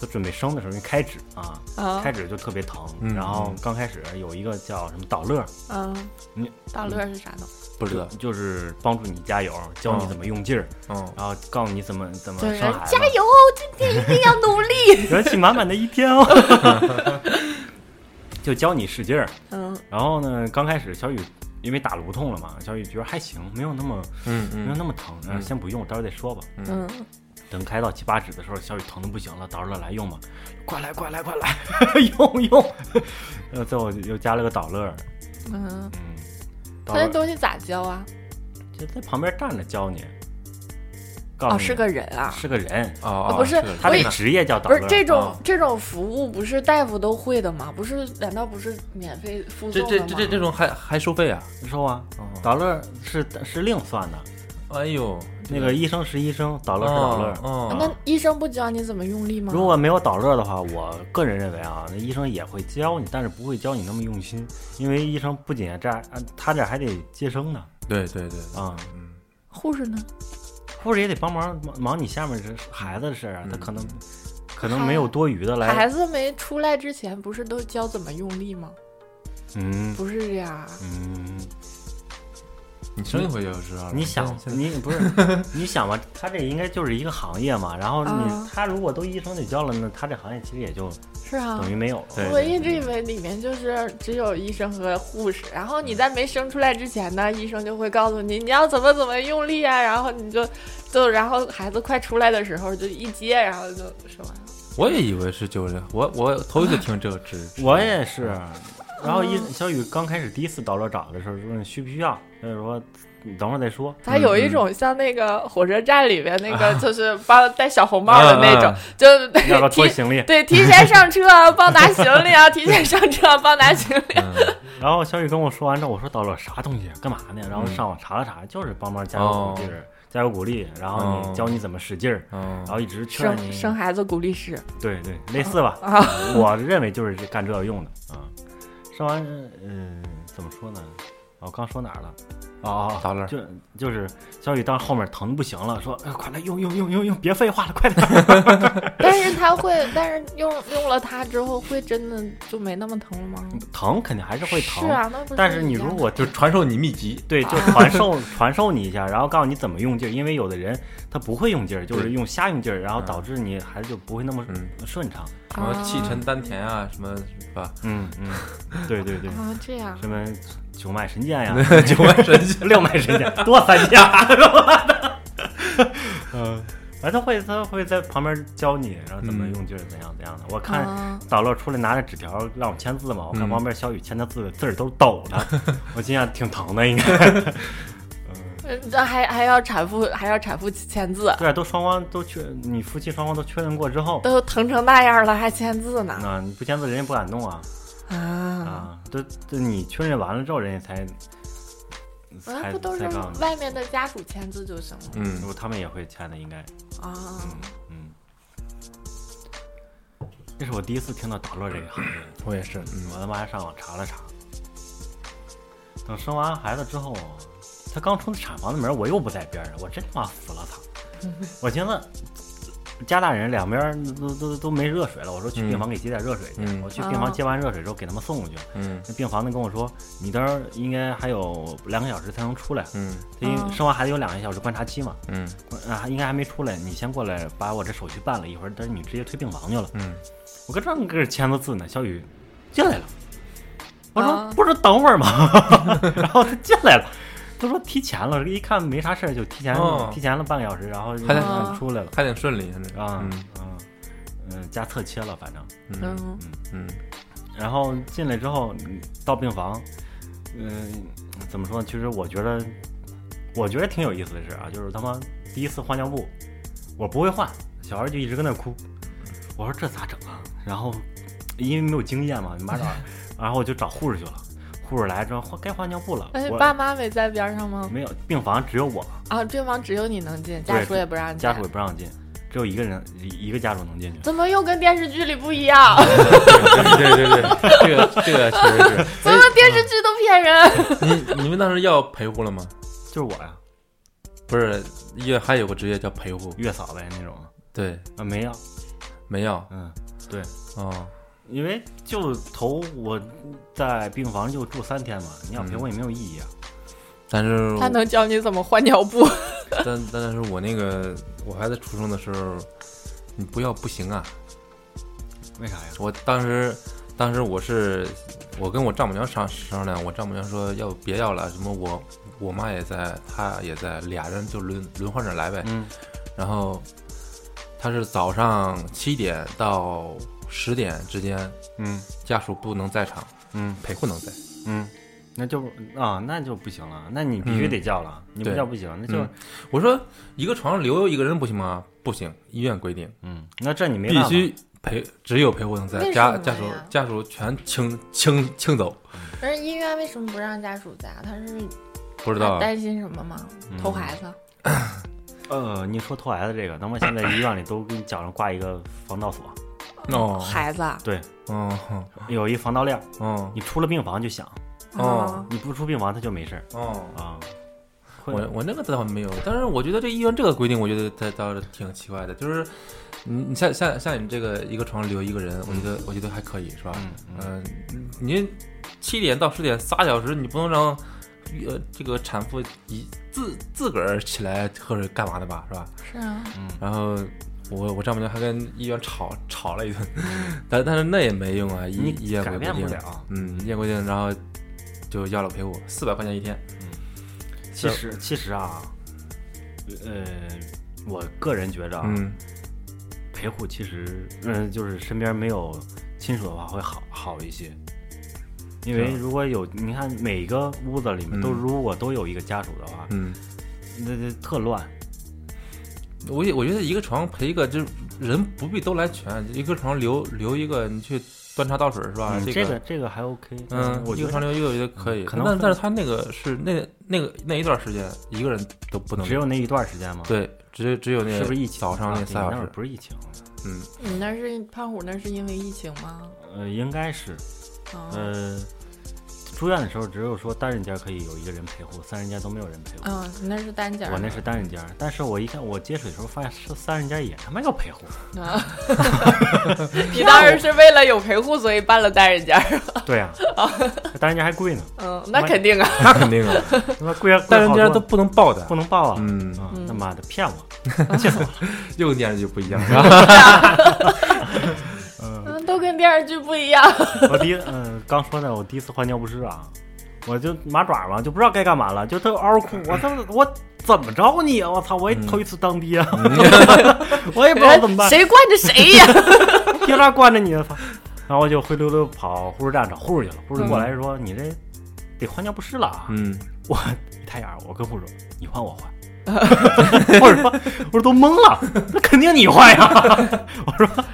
Speaker 2: 他准备生的时候，因为开指啊，
Speaker 4: 啊
Speaker 2: 开始就特别疼，
Speaker 3: 嗯
Speaker 2: 然后刚开始有一个叫什么导乐，
Speaker 4: 嗯
Speaker 2: 你。
Speaker 4: 大乐是啥呢？
Speaker 3: 不知道。
Speaker 2: 就是帮助你加油，教你怎么用劲儿，
Speaker 3: 嗯，
Speaker 2: 然后告诉你怎么怎么
Speaker 4: 就是
Speaker 2: 嗯生孩子
Speaker 4: 加， 油哦，今天一定要努力。
Speaker 2: 元气满满的一天哦。 就教你使劲儿，
Speaker 4: 嗯
Speaker 2: 然后呢，刚开始小雨因为打颅痛了嘛，小雨觉得还行，没有那么
Speaker 3: 嗯
Speaker 2: 没有
Speaker 3: 嗯
Speaker 2: 那么疼，然后
Speaker 3: 嗯
Speaker 2: 先不用，待会儿再说吧。
Speaker 3: 嗯，
Speaker 4: 嗯，
Speaker 2: 等开到七八指的时候，小雨疼的不行了，导乐来用吧，快来快来快来 用用， 然后最后又加了个导乐，
Speaker 4: 嗯，
Speaker 2: 嗯，导
Speaker 4: 他那
Speaker 2: 乐
Speaker 4: 东西咋教啊？
Speaker 2: 就在旁边站着教你，告诉
Speaker 4: 哦，
Speaker 2: 你
Speaker 4: 是个人啊，
Speaker 2: 是个人，
Speaker 3: 哦，
Speaker 4: 不是
Speaker 3: 的
Speaker 2: 他
Speaker 4: 我
Speaker 2: 的
Speaker 4: 以
Speaker 2: 职业叫导
Speaker 4: 不
Speaker 2: 乐，
Speaker 4: 是这种
Speaker 2: 啊
Speaker 4: 这种服务不是大夫都会的吗？不是，难道不是免费附
Speaker 3: 这
Speaker 4: 送的
Speaker 3: 这
Speaker 4: 吗？
Speaker 3: 这这这种还还收费啊？
Speaker 2: 说啊，
Speaker 3: 哦，
Speaker 4: 嗯
Speaker 2: 导乐是是另算的，
Speaker 3: 哎呦，
Speaker 2: 那个医生是医生，导乐是导乐，
Speaker 3: 哦
Speaker 4: 啊
Speaker 3: 哦
Speaker 4: 那医生不教你怎么用力吗？
Speaker 2: 如果没有导乐的话，我个人认为啊，那医生也会教你，但是不会教你那么用心，因为医生不仅这样，啊他这还得接生呢
Speaker 3: 对对对，
Speaker 2: 啊，
Speaker 3: 嗯
Speaker 4: 护士呢？
Speaker 2: 护士也得帮忙忙忙你下面这孩子的事儿啊，
Speaker 3: 嗯
Speaker 2: 他可能可能没有多余的来，
Speaker 4: 孩子没出来之前不是都教怎么用力吗？
Speaker 2: 嗯
Speaker 4: 不是这样啊，
Speaker 2: 嗯，
Speaker 3: 你生一回就知道了。
Speaker 2: 啊你想
Speaker 3: 现在
Speaker 2: 你不是你想吧，他这应该就是一个行业嘛，然后你
Speaker 4: 啊
Speaker 2: 他如果都医生得教了，那他这行业其实也就是
Speaker 4: 啊
Speaker 2: 等。于没有了，
Speaker 3: 对
Speaker 4: 我一直以为里面就是只有医生和护士，然后你在没生出来之前呢，医生就会告诉你你要怎么怎么用力啊，然后你就就然后孩子快出来的时候就一接，然后就说完了。
Speaker 3: 我也以为是就是我我头一次听这个知 识，
Speaker 2: 我也是，
Speaker 3: 嗯
Speaker 2: 然后一小雨刚开始第一次导乐找的时候说你需不需要，小雨说你等会儿再说，
Speaker 4: 他有一种像那个火车站里边那个，就是帮戴小红帽的那种
Speaker 3: 啊，
Speaker 4: 就
Speaker 2: 要不要拖
Speaker 4: 提
Speaker 2: 行李？
Speaker 4: 对提前上车啊，帮拿行李啊， 提前上车啊帮拿行 李。
Speaker 3: 嗯
Speaker 2: 然后小雨跟我说完之后，我说导乐啥东西，啊干嘛呢？然后
Speaker 3: 嗯
Speaker 2: 上网查了查，就是帮忙加油鼓劲儿，加油鼓励，然后
Speaker 3: 哦
Speaker 2: 你教你怎么使劲儿，
Speaker 3: 嗯
Speaker 2: 然后一直劝
Speaker 4: 生
Speaker 2: 你，
Speaker 4: 生孩子鼓励师
Speaker 2: 对对，类似吧。
Speaker 4: 啊，
Speaker 2: 我认为就是干这个用的啊。上完，嗯，怎么说呢？我刚说哪儿了？哦哦，
Speaker 3: 导乐
Speaker 2: 就就是小雨当时后面疼的不行了，说：“哎，快来用用用用用，别废话了，快点。”
Speaker 4: 但是他会，但是用用了它之后，会真的就没那么疼了吗？
Speaker 2: 疼肯定还是会疼，
Speaker 4: 是啊，那不
Speaker 2: 但是
Speaker 4: 一
Speaker 2: 你
Speaker 4: 样
Speaker 2: 如果
Speaker 3: 就
Speaker 2: 就
Speaker 3: 传授你秘籍，
Speaker 2: 对，就传授 传授你一下，然后告诉你怎么用劲儿，因为有的人他不会用劲儿，就是
Speaker 3: 对
Speaker 2: 用瞎用劲儿，然后
Speaker 3: 嗯
Speaker 2: 导致你孩子就不会那么
Speaker 3: 嗯
Speaker 2: 顺畅。
Speaker 3: 什么
Speaker 4: 啊
Speaker 3: 气沉丹田啊，什么是吧？
Speaker 2: 嗯嗯， 对对对，
Speaker 4: 啊这样，
Speaker 2: 什么九脉神剑呀，
Speaker 3: 九万神 仙，
Speaker 2: 六脉神剑，多三下，是吧？嗯，哎，他会他会在旁边教你，然后怎么
Speaker 3: 嗯
Speaker 2: 用劲儿，怎样怎样的。我看
Speaker 4: 啊，
Speaker 2: 导乐出来拿着纸条让我签字嘛，我看
Speaker 3: 嗯
Speaker 2: 旁边小雨签的字字儿都是抖的，我心想挺疼的应该。
Speaker 4: 呃这还还要产妇还要产妇签字，
Speaker 2: 对啊，都双方都确，你夫妻双方都确认过之后，
Speaker 4: 都疼成那样了还签字呢
Speaker 2: 那你不签字，人家不敢弄啊
Speaker 4: 啊！
Speaker 2: 啊！都都你确认完了之后，人家才
Speaker 4: 啊，
Speaker 2: 才
Speaker 4: 不都是
Speaker 2: 才告诉
Speaker 4: 外面的家属签字就行了
Speaker 2: 你，
Speaker 3: 嗯，
Speaker 2: 不他们也会签的，应该，
Speaker 4: 啊？
Speaker 2: 嗯。这是我第一次听到打落这个行业，
Speaker 3: 我也是，嗯，
Speaker 2: 我他妈还上网查了查。等生完孩子之后，他刚出产房的门，我又不在边上，我真他妈服了他。我寻思，家大人两边儿都都都没热水了，我说去
Speaker 3: 嗯
Speaker 2: 病房给接点热水去。
Speaker 3: 嗯
Speaker 2: 我去病房
Speaker 4: 啊
Speaker 2: 接完热水之后，给他们送过去。
Speaker 3: 嗯
Speaker 2: 那病房的跟我说，你到时候应该还有两个小时才能出来，
Speaker 3: 嗯
Speaker 2: 因
Speaker 4: 哦
Speaker 2: 为生完孩子有两个小时观察期嘛，
Speaker 3: 嗯
Speaker 2: 啊，应该还没出来，你先过来把我这手续办了一会儿，但是你直接推病房去了。
Speaker 3: 嗯，
Speaker 2: 我搁正搁这签个字呢，小雨进来了，我说、
Speaker 4: 啊
Speaker 2: 不是等会儿吗？ 然后他进来了。他说提前了，一看没啥事儿，就提前、
Speaker 3: 哦
Speaker 2: 提前了半个小时，然后就
Speaker 3: 还得
Speaker 2: 嗯出来了
Speaker 3: 还挺顺利，现在
Speaker 2: 啊，
Speaker 3: 嗯
Speaker 2: 嗯嗯，加侧切了，反正
Speaker 3: 嗯
Speaker 4: 嗯，
Speaker 3: 嗯
Speaker 2: 然后进来之后嗯到病房，嗯、怎么说呢？其实我觉得，我觉得挺有意思的事啊，就是他妈第一次换尿布，我不会换，小孩就一直跟那哭，我说这咋整啊？然后因为没有经验嘛，你妈找，然后我就找护士去了，护士来之后换该换尿布了，
Speaker 4: 而且哎爸
Speaker 2: 我
Speaker 4: 妈没在边上吗？
Speaker 2: 没有病房只有我，
Speaker 4: 啊，病房只有你能
Speaker 2: 对
Speaker 4: 进，家属也不让进
Speaker 2: 家属也不让进，只有一个人一个家属能进去。
Speaker 4: 怎么又跟电视剧里不一样？
Speaker 2: 哎
Speaker 3: 对对对对，这个这个确实是。
Speaker 4: 怎么电
Speaker 2: 嗯
Speaker 4: 视剧都骗人？
Speaker 3: 你你们当时要陪护了吗？
Speaker 2: 就是我呀，
Speaker 3: 不是，也还有个职业叫陪护，
Speaker 2: 月嫂呗那种，
Speaker 3: 对，
Speaker 2: 啊没要，
Speaker 3: 没要
Speaker 2: 嗯。
Speaker 3: 哦，
Speaker 2: 因为就头我在病房就住三天嘛，你要陪
Speaker 3: 嗯
Speaker 2: 我也没有意义啊。
Speaker 3: 但是
Speaker 2: 嗯
Speaker 4: 他能教你怎么换尿布？
Speaker 3: 但但是我那个我孩子出生的时候，你不要不行啊！
Speaker 2: 为啥呀？
Speaker 3: 我当时当时我是我跟我丈母娘商商量，我丈母娘说要不别要了，什么我我妈也在，她也在，俩人就轮轮换着来呗。
Speaker 2: 嗯
Speaker 3: 然后她是早上七点到十点之间，
Speaker 2: 嗯
Speaker 3: 家属不能在场，
Speaker 2: 嗯
Speaker 3: 陪护能在。
Speaker 2: 嗯，那就啊，那就不行了，那你必须得叫了，你不
Speaker 3: 对
Speaker 2: 叫不行，那就
Speaker 3: 嗯我说一个床上留一个人不行吗？不行，医院规定
Speaker 2: 嗯，那这你没
Speaker 3: 必
Speaker 2: 办法
Speaker 3: 须陪，只有陪护能在，
Speaker 4: 为
Speaker 3: 家
Speaker 4: 什么
Speaker 3: 家属
Speaker 4: 呀
Speaker 3: 家属全清清清走，
Speaker 4: 但是医院为什么不让家属在啊？他是
Speaker 3: 不知道啊。
Speaker 4: 担心什么吗？
Speaker 2: 嗯
Speaker 4: 偷孩子？
Speaker 2: 呃，你说偷孩子这个，那么现在医院里都给你脚上挂一个防盗锁，
Speaker 3: 哦，
Speaker 4: 孩子啊？
Speaker 2: 对，
Speaker 3: 嗯哼
Speaker 2: 有一防盗链，
Speaker 3: 嗯
Speaker 2: 你出了病房就响，
Speaker 3: 哦
Speaker 2: 你不出病房他就没事儿
Speaker 3: 哦。
Speaker 2: 啊。会
Speaker 3: 我我那个倒没有，但是我觉得这医院这个规定，我觉得它倒是挺奇怪的。就是你你像像像你这个一个床留一个人，我觉得我觉得还可以，是吧？
Speaker 2: 嗯
Speaker 3: 嗯、你七点到十点仨小时，你不能让呃这个产妇一自自个儿起来或者干嘛的吧，是吧？
Speaker 4: 是啊，
Speaker 2: 嗯
Speaker 3: 然后我我丈母娘还跟医院吵吵了一顿， 但但是那也没用啊，医
Speaker 2: 嗯你
Speaker 3: 医院
Speaker 2: 改
Speaker 3: 规
Speaker 2: 变不
Speaker 3: 定，
Speaker 2: 了。
Speaker 3: 嗯，医院规定，然后就要了陪护四百块钱一天，
Speaker 2: 其实其实啊，呃，我个人觉着啊，
Speaker 3: 嗯
Speaker 2: 陪护其实，嗯、就是身边没有亲属的话会好好一些。因为
Speaker 3: 是吧
Speaker 2: 如果有，你看每个屋子里面都
Speaker 3: 嗯
Speaker 2: 如果都有一个家属的话，
Speaker 3: 嗯。
Speaker 2: 那那特乱。
Speaker 3: 我也我觉得一个床陪一个，就是人不必都来全，一个床留留一个，你去端茶倒水是吧？
Speaker 2: 嗯
Speaker 3: 这
Speaker 2: 这个这个还 OK，
Speaker 3: 嗯，
Speaker 2: 我
Speaker 3: 一
Speaker 2: 觉
Speaker 3: 个床
Speaker 2: 得
Speaker 3: 留一个，我觉得可以。
Speaker 2: 可能
Speaker 3: 但
Speaker 2: 分
Speaker 3: 但是他那个是那那个那一段时间，一个人都不能
Speaker 2: 只有那一段时间嘛，
Speaker 3: 对，只有只有那
Speaker 2: 是不是疫情？
Speaker 3: 早上
Speaker 2: 啊
Speaker 3: 那仨
Speaker 2: 你
Speaker 3: 小
Speaker 2: 会儿
Speaker 3: 时，
Speaker 2: 不是疫情，
Speaker 3: 嗯，
Speaker 4: 你那是胖虎，那是因为疫情吗？
Speaker 2: 呃，应该是，
Speaker 4: 啊、
Speaker 2: 呃，住院的时候只有说单人间可以有一个人陪护，三人间都没有人陪护。
Speaker 4: 嗯，你那是单间儿。
Speaker 2: 我那是单人间，但是我一看我接水的时候发现是三人间也他妈要陪护，
Speaker 4: 啊，嗯 你当时是为了有陪护，所以办了单人间儿。
Speaker 2: 对呀、那单人间还贵呢，
Speaker 4: 嗯，那肯定啊。
Speaker 3: 那肯定啊，
Speaker 2: 他妈贵啊，
Speaker 3: 但人
Speaker 2: 贵好
Speaker 3: 家
Speaker 2: 多
Speaker 3: 都不能抱的
Speaker 2: 不，能抱啊，
Speaker 3: 嗯，
Speaker 2: 啊
Speaker 4: 嗯
Speaker 2: 他妈的骗我，气死我了，
Speaker 3: 又跟电视剧不一样，是 吧？
Speaker 4: 嗯，都跟电视剧 不一样。
Speaker 2: 我第一嗯、刚说的我第一次患尿不湿啊。我就麻爪嘛，就不知道该干嘛了，就特嗷哭，我他妈我怎么着你啊？我操！我也头一次当爹， 我也不知道哎怎么办。
Speaker 4: 谁惯着谁呀？
Speaker 2: 凭啥惯着你呢？操！ 然后我就灰溜溜跑护士站找护士去了。护士过来说：“你这得换尿不湿了啊！”
Speaker 3: 嗯，
Speaker 2: 我一抬眼儿，我跟护士说：“你换我换。” 护士说：“我说都懵了，那肯定你换呀！” 我说：“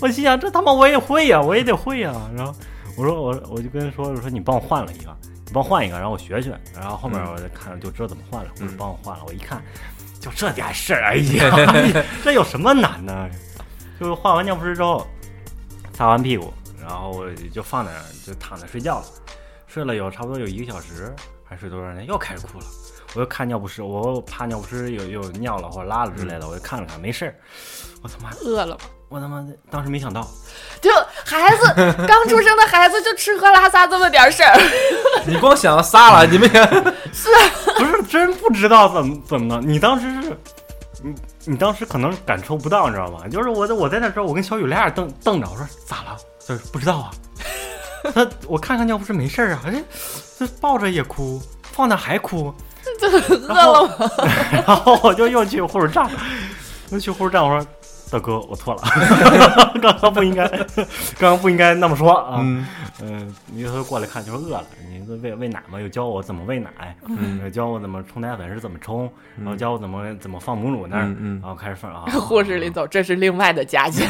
Speaker 2: 我心想这他妈我也会呀，我也得会呀。”然后我说：“我我就跟他说我说你帮我换了一个，你帮我换一个，然后我学学。然后后面
Speaker 3: 嗯
Speaker 2: 我就看着就知道怎么换了，护士
Speaker 3: 嗯
Speaker 2: 帮我换了。我一看，就这点事儿，哎呀，这有什么难的？就是换完尿不湿之后，擦完屁股，然后我就放在那儿，就躺着睡觉了。睡了有差不多有一个小时，还睡多长时间，又开始哭了。我又看尿不湿，我又怕尿不湿有有尿了或者拉了之类的，我就看了看，没事儿。我他妈，
Speaker 4: 饿了吗？
Speaker 2: 我他妈的，当时没想到，
Speaker 4: 就孩 子刚出生的孩子，就吃喝拉撒这么点事儿，
Speaker 3: 你光想仨了，你们也
Speaker 2: 不是真不知道怎么怎么的。你当时是，你你当时可能感受不到，你知道吗？就是我在我在那时候，我跟小雨俩眼瞪瞪着，我说咋了？就是不知道啊。 他我看看尿不湿没事儿啊，哎，这抱着也哭，放那还哭，
Speaker 4: 就饿了吗？。
Speaker 2: 然后我就又去护士站，又去护士站，我说。大哥，我错了， 刚刚不应该，刚刚不应该那么说啊。
Speaker 3: 嗯
Speaker 2: 嗯，你他过来看就说饿了，你这喂喂奶嘛，又教我怎么喂奶，
Speaker 3: 嗯
Speaker 2: 又教我怎么冲奶粉是怎么冲，然后
Speaker 3: 嗯
Speaker 2: 教我怎么怎么放母乳那儿，
Speaker 3: 嗯嗯
Speaker 2: 然后开始放啊
Speaker 4: 护士临走，这是另外的家境。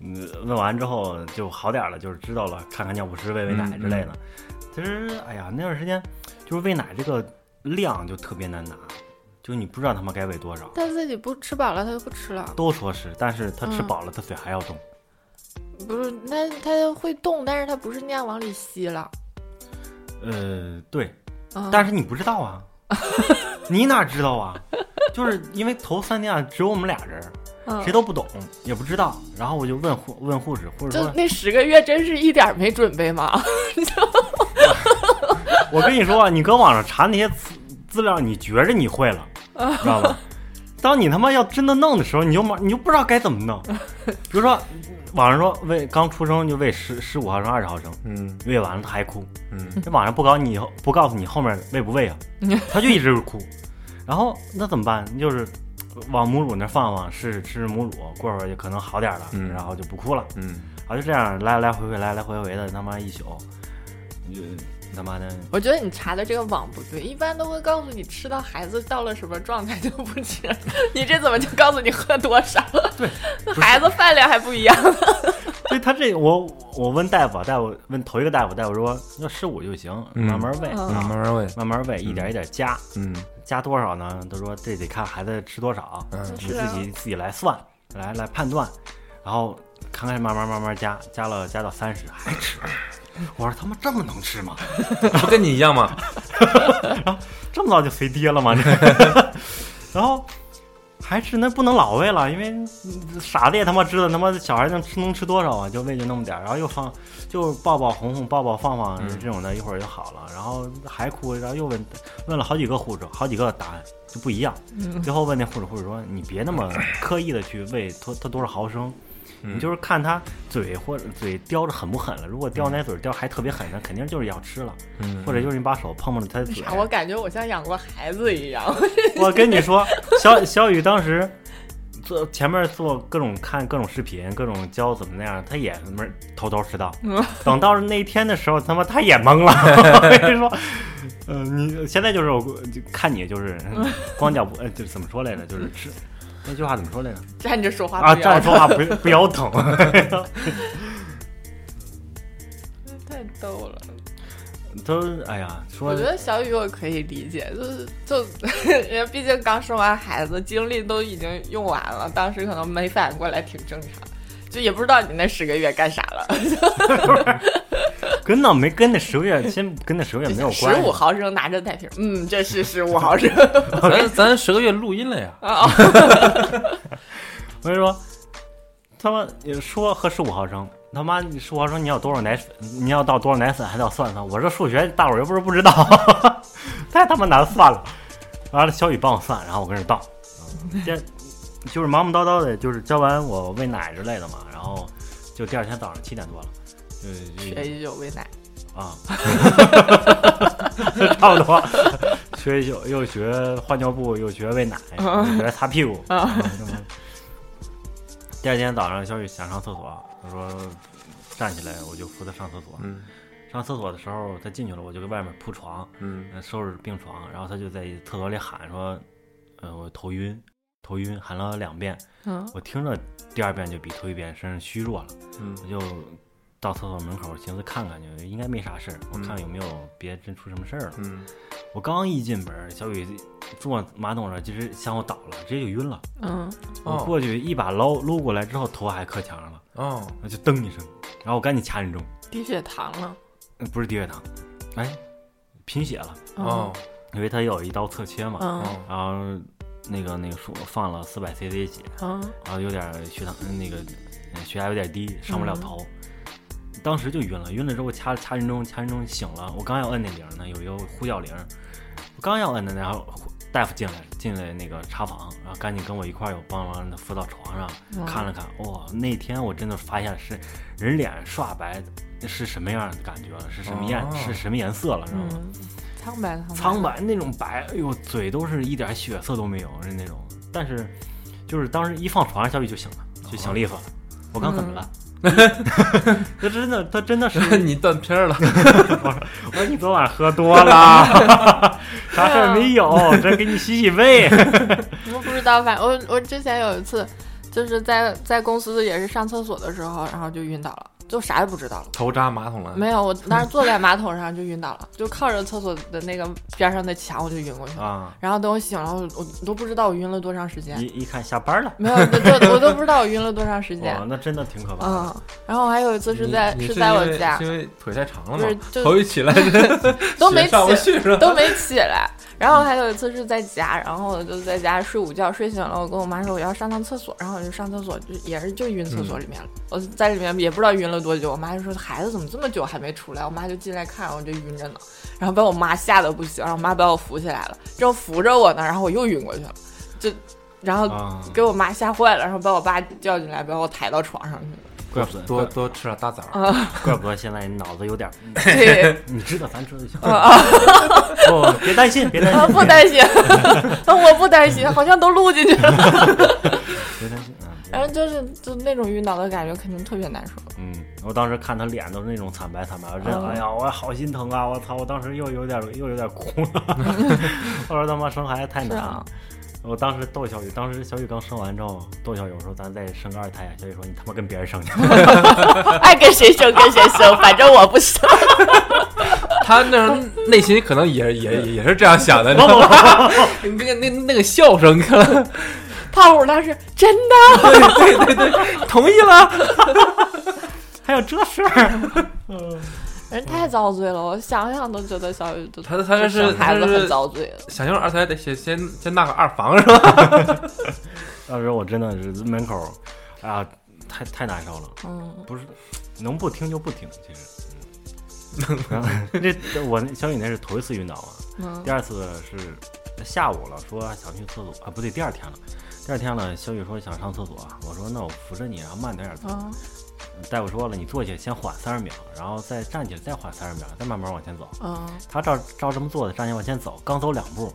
Speaker 2: 嗯，问完之后就好点儿了，就是知道了，看看尿不湿、喂喂奶之类的。其实，哎呀，那段时间就是喂奶这个量就特别难拿，就你不知道他妈该喂多少。
Speaker 4: 他自己不吃饱了，他就不吃了。
Speaker 2: 都说是，但是他吃
Speaker 4: 嗯
Speaker 2: 饱了，他嘴还要动。
Speaker 4: 不是，那他会动，但是他不是那样往里吸了。
Speaker 2: 呃，对，
Speaker 4: 嗯、
Speaker 2: 但是你不知道 啊，你哪知道啊？就是因为头三天啊，只有我们俩人儿，
Speaker 4: 嗯
Speaker 2: 谁都不懂，也不知道。然后我就问护问护士，护士
Speaker 4: 就
Speaker 2: 说
Speaker 4: 那十个月，真是一点儿没准备吗？：“
Speaker 2: 我跟你说啊，你搁网上查那些资资料，你觉着你会了，知道吧？当你他妈要真的弄的时候，你就马你就不知道该怎么弄。比如说网上说喂刚出生就喂十十五毫升、二十毫升，
Speaker 3: 嗯
Speaker 2: 喂完了他还哭。
Speaker 3: 嗯
Speaker 2: 这网上不告诉你以后不告诉你后面喂不喂啊，他就一直哭。然后那怎么办？你就是往母乳那放放，试试吃母乳，过会儿就可能好点了，
Speaker 3: 嗯
Speaker 2: 然后就不哭了。
Speaker 3: 嗯，
Speaker 2: 啊，就这样来来回回来来回回的，他妈一宿，就他妈的
Speaker 4: 我觉得你查的这个网不对，一般都会告诉你吃到孩子到了什么状态就不吃， 你这怎么就告诉你喝多少？
Speaker 2: 对，
Speaker 4: 那孩子饭量还不一样。
Speaker 2: 所以他这我我问大夫，大夫问头一个大夫，大夫说要十五就行，
Speaker 3: 嗯
Speaker 2: 慢慢喂，
Speaker 4: 嗯
Speaker 3: 慢慢喂，
Speaker 2: 慢慢喂，一点一点加，
Speaker 3: 嗯
Speaker 2: 加多少呢？他说这得看孩子吃多少，
Speaker 3: 嗯
Speaker 2: 你
Speaker 4: 是啊
Speaker 2: 自己自己来算，来来判断，然后看看慢慢慢慢加，加了加到三十还吃。 我说他妈这么能吃吗？
Speaker 3: 不跟你一样吗？
Speaker 2: 这么早就随爹了吗？这 然后还吃那不能老喂了，因为嗯傻子也他妈知道他妈小孩能吃能吃多少啊，就喂就那么点儿，然后又放就抱抱哄哄抱抱放放
Speaker 3: 嗯
Speaker 2: 这种的，一会儿就好了，然后还哭，然后又问问了好几个护士，好几个答案就不一样，
Speaker 3: 嗯
Speaker 2: 最后问那护士护士说你别那么刻意的去 喂多他多少毫升。
Speaker 3: 嗯
Speaker 2: 你就是看他嘴或者嘴叼着狠不狠了，如果叼奶嘴叼还特别狠，那肯定就是要吃了，
Speaker 3: 嗯
Speaker 2: 或者就是你把手碰碰他的嘴，
Speaker 4: 啥？我感觉我像养过孩子一样。
Speaker 2: 我跟你说，小小雨当时做前面做各种看各种视频，各种教怎么那样，他也他妈偷偷吃到。
Speaker 4: 嗯
Speaker 2: 等到那一天的时候，他妈他也懵了。 我跟你说，呃，你现在就是我就看你 就是光脚不，呃，就是怎么说来着？就是吃那句话怎么说来着？
Speaker 4: 站着说话
Speaker 2: 啊，
Speaker 4: 不
Speaker 2: 站
Speaker 4: 腰
Speaker 2: 着说 话不不腰疼。
Speaker 4: 太逗了。
Speaker 2: 都哎呀，说
Speaker 4: 我觉得小雨我可以理解，就是 就人家毕竟刚生完孩子，精力都已经用完了，当时可能没反应过来，挺正常。就也不知道你那十个月干啥了，
Speaker 2: 跟那没跟那十个月，先跟那十个月没有
Speaker 4: 十
Speaker 2: 关
Speaker 4: 五
Speaker 2: 系。
Speaker 4: 毫升拿着奶瓶，嗯，这是十 五毫升
Speaker 3: 咱咱十个月录音了呀，
Speaker 2: 嗯
Speaker 4: 啊，
Speaker 2: 我跟你说，他妈也说喝十五毫升，他妈你十五毫升你要多少奶粉，你要倒多少奶粉还得要算算。我这数学大伙儿又不是不知道， 太他妈难算了。完了，小雨帮我算，然后我跟着 倒，这就是忙忙叨叨的，就是教完我喂奶之类的嘛，然后就第二天早上七点多了，就
Speaker 4: 学一宿喂奶，
Speaker 2: 啊， 差不多，学一宿又学换尿布，又学喂奶，又学擦屁股。
Speaker 4: 啊
Speaker 2: 嗯那么第二天早上，小雨想上厕所，他说站起来，我就扶他上厕所。
Speaker 3: 嗯
Speaker 2: 上厕所的时候，他进去了，我就在外面铺床，
Speaker 3: 嗯
Speaker 2: 呃收拾病床，然后他就在厕所里喊说：“呃，我头晕，头晕。”喊了两遍，
Speaker 4: 嗯，
Speaker 2: 我听着第二遍就比头一遍身上虚弱了。
Speaker 3: 嗯
Speaker 2: 我就到厕所门口，寻思看看去，应该没啥事儿，我看有没有别真出什么事儿了。
Speaker 3: 嗯
Speaker 2: 我刚一进门，小雨坐马桶上，直接向后倒了，直接就晕了。
Speaker 4: 嗯，
Speaker 3: 哦
Speaker 2: 我过去一把捞搂过来之后，头还磕墙上了，
Speaker 3: 哦，
Speaker 2: 我就噔一声，然后我赶紧掐人中，
Speaker 4: 低血糖了，
Speaker 2: 呃不是低血糖，哎，贫血了，
Speaker 3: 哦
Speaker 2: 因为他有一刀侧切嘛，
Speaker 4: 嗯
Speaker 2: 然后那个那个说放了四百 cc 血，
Speaker 4: 嗯
Speaker 2: 然啊后有点儿血糖那个呃血压有点低，上不了头。当时就晕了，晕了之后掐掐人中，掐人中醒了。我刚要摁那铃儿呢，有一个呼叫铃儿，我刚要摁呢，然后大夫进来，进来那个查房，然后赶紧跟我一块儿又帮忙扶到床上、
Speaker 4: 嗯
Speaker 2: 看了看。哇、那天我真的发现是人脸刷白是什么样的感觉了，是什么颜、
Speaker 3: 哦
Speaker 2: 是什么颜色了，知道吗？
Speaker 4: 嗯，苍白
Speaker 2: 苍，白那种白，哎呦，嘴都是一点血色都没有是那种。但是就是当时一放床上，小雨就醒了，就醒了一发了。我刚怎么了？ 他真的，他真的 是，
Speaker 3: 你断片儿了，
Speaker 2: 我说你昨晚喝多了，啥事儿没有，这给你洗洗 胃。
Speaker 4: 我不知道，反我我之前有一次，就是在在公司也是上厕所的时候，然后就晕倒了，就啥也不知道了。
Speaker 3: 头扎马桶了，
Speaker 4: 没有，我当时坐在马桶上就晕倒了，就靠着厕所的那个边上的墙，我就晕过去了。
Speaker 2: 啊，
Speaker 4: 然后等我醒了，我我都不知道我晕了多长时间
Speaker 2: 一，一看下班了，
Speaker 4: 没有，就就我都不知道我晕了多 长时间
Speaker 2: 哇，。那真的挺可怕的。
Speaker 4: 嗯，然后还有一次
Speaker 3: 你
Speaker 4: 是在
Speaker 3: 你是
Speaker 4: 在我
Speaker 3: 因为
Speaker 4: 家
Speaker 3: 是，因为腿太长了
Speaker 4: 不是
Speaker 3: 嘛，
Speaker 4: 就
Speaker 3: 头一起 来
Speaker 4: 都没
Speaker 3: 血上不
Speaker 4: 起，
Speaker 3: 去是吧？
Speaker 4: 都没起来。然后还有一次是在家，然后我就在家睡午觉，睡醒了，我跟我妈说我要上趟厕所，然后我就上厕所，就也是就晕厕所里面了。我在里面也不知道晕了多久，我妈就说孩子怎么这么久还没出来，我妈就进来看，我就晕着呢，然后把我妈吓得不行，然后我妈把我扶起来了，正扶着我呢，然后我又晕过去了，就然后
Speaker 2: 啊，
Speaker 4: 给我妈吓坏了，然后把我爸叫进来，把我抬到床上去。
Speaker 2: 怪不得
Speaker 3: 多多吃点大枣。
Speaker 4: 哦
Speaker 2: 怪不得现在你脑子有点，
Speaker 4: 对，
Speaker 2: 你知道咱知道就行。
Speaker 4: 啊啊
Speaker 2: 不，别担心，别担
Speaker 4: 啊！
Speaker 2: 心，
Speaker 4: 不担心， 我不担心，好像都录进去了。
Speaker 2: 别担心啊。别
Speaker 4: 然后就是就那种晕倒的感觉，肯定特别难受。
Speaker 2: 嗯，我当时看他脸都是那种惨白惨白，我真
Speaker 4: 嗯
Speaker 2: 哎呀，我好心疼啊！我操，我当时又有点又有点哭 了。我说他妈生孩子太
Speaker 4: 是
Speaker 2: 难了。，
Speaker 4: 啊
Speaker 2: 我当时逗小雨，当时小雨刚生完之后，逗小雨我说咱再生个二胎呀。小雨说你他妈跟别人生去。
Speaker 4: 爱哎跟谁生跟谁 生，反正我不生。
Speaker 3: 他那时候
Speaker 4: 哦
Speaker 3: 内心可能也也也也是这样想的，你知道吗？那个那那个笑声，看了，
Speaker 4: 胖虎当时真的，
Speaker 3: 对对对对，同意了。
Speaker 2: 还有这事儿？
Speaker 4: 人太遭罪了，我想想都觉得小雨都
Speaker 3: 他他这是
Speaker 4: 就生孩子
Speaker 3: 他是
Speaker 4: 很遭罪了。
Speaker 3: 想要二胎得先先先纳个二房是吧？
Speaker 2: 当时我真的是门口，啊，太太难受了，
Speaker 4: 嗯，
Speaker 2: 不是能不听就不听，其实。 然后这我那小雨那是头一次晕倒啊，
Speaker 4: 嗯
Speaker 2: 第二次是下午了，说想去厕所啊，不对，第二天了。第二天了，小雨说想上厕所，啊我说那我扶着你，然后慢点儿走。
Speaker 4: 啊
Speaker 2: 大夫说了，你坐下先缓三十秒，然后再站起来再缓三十秒，再慢慢往前走。
Speaker 4: 啊
Speaker 2: 他照照这么做的，站起来往前走，刚走两步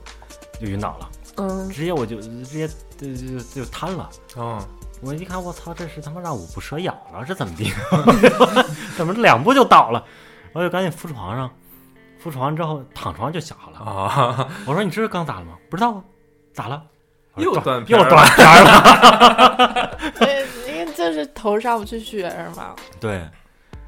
Speaker 2: 就晕倒了，
Speaker 4: 嗯，
Speaker 2: 直接我就直接就就就瘫了。
Speaker 3: 哦，
Speaker 2: 我一看，我操，这是他妈让五步蛇咬了，是怎么地？ 怎么两步就倒了？我就赶紧扶床上，扶床之后躺床上就小了。
Speaker 3: 啊，
Speaker 2: 我说你这是刚咋了吗？不知道啊，咋了？
Speaker 3: 又断片
Speaker 2: 又
Speaker 3: 儿
Speaker 2: 断片儿 了。
Speaker 4: 对，因为就是头上不去血嘛，
Speaker 2: 对，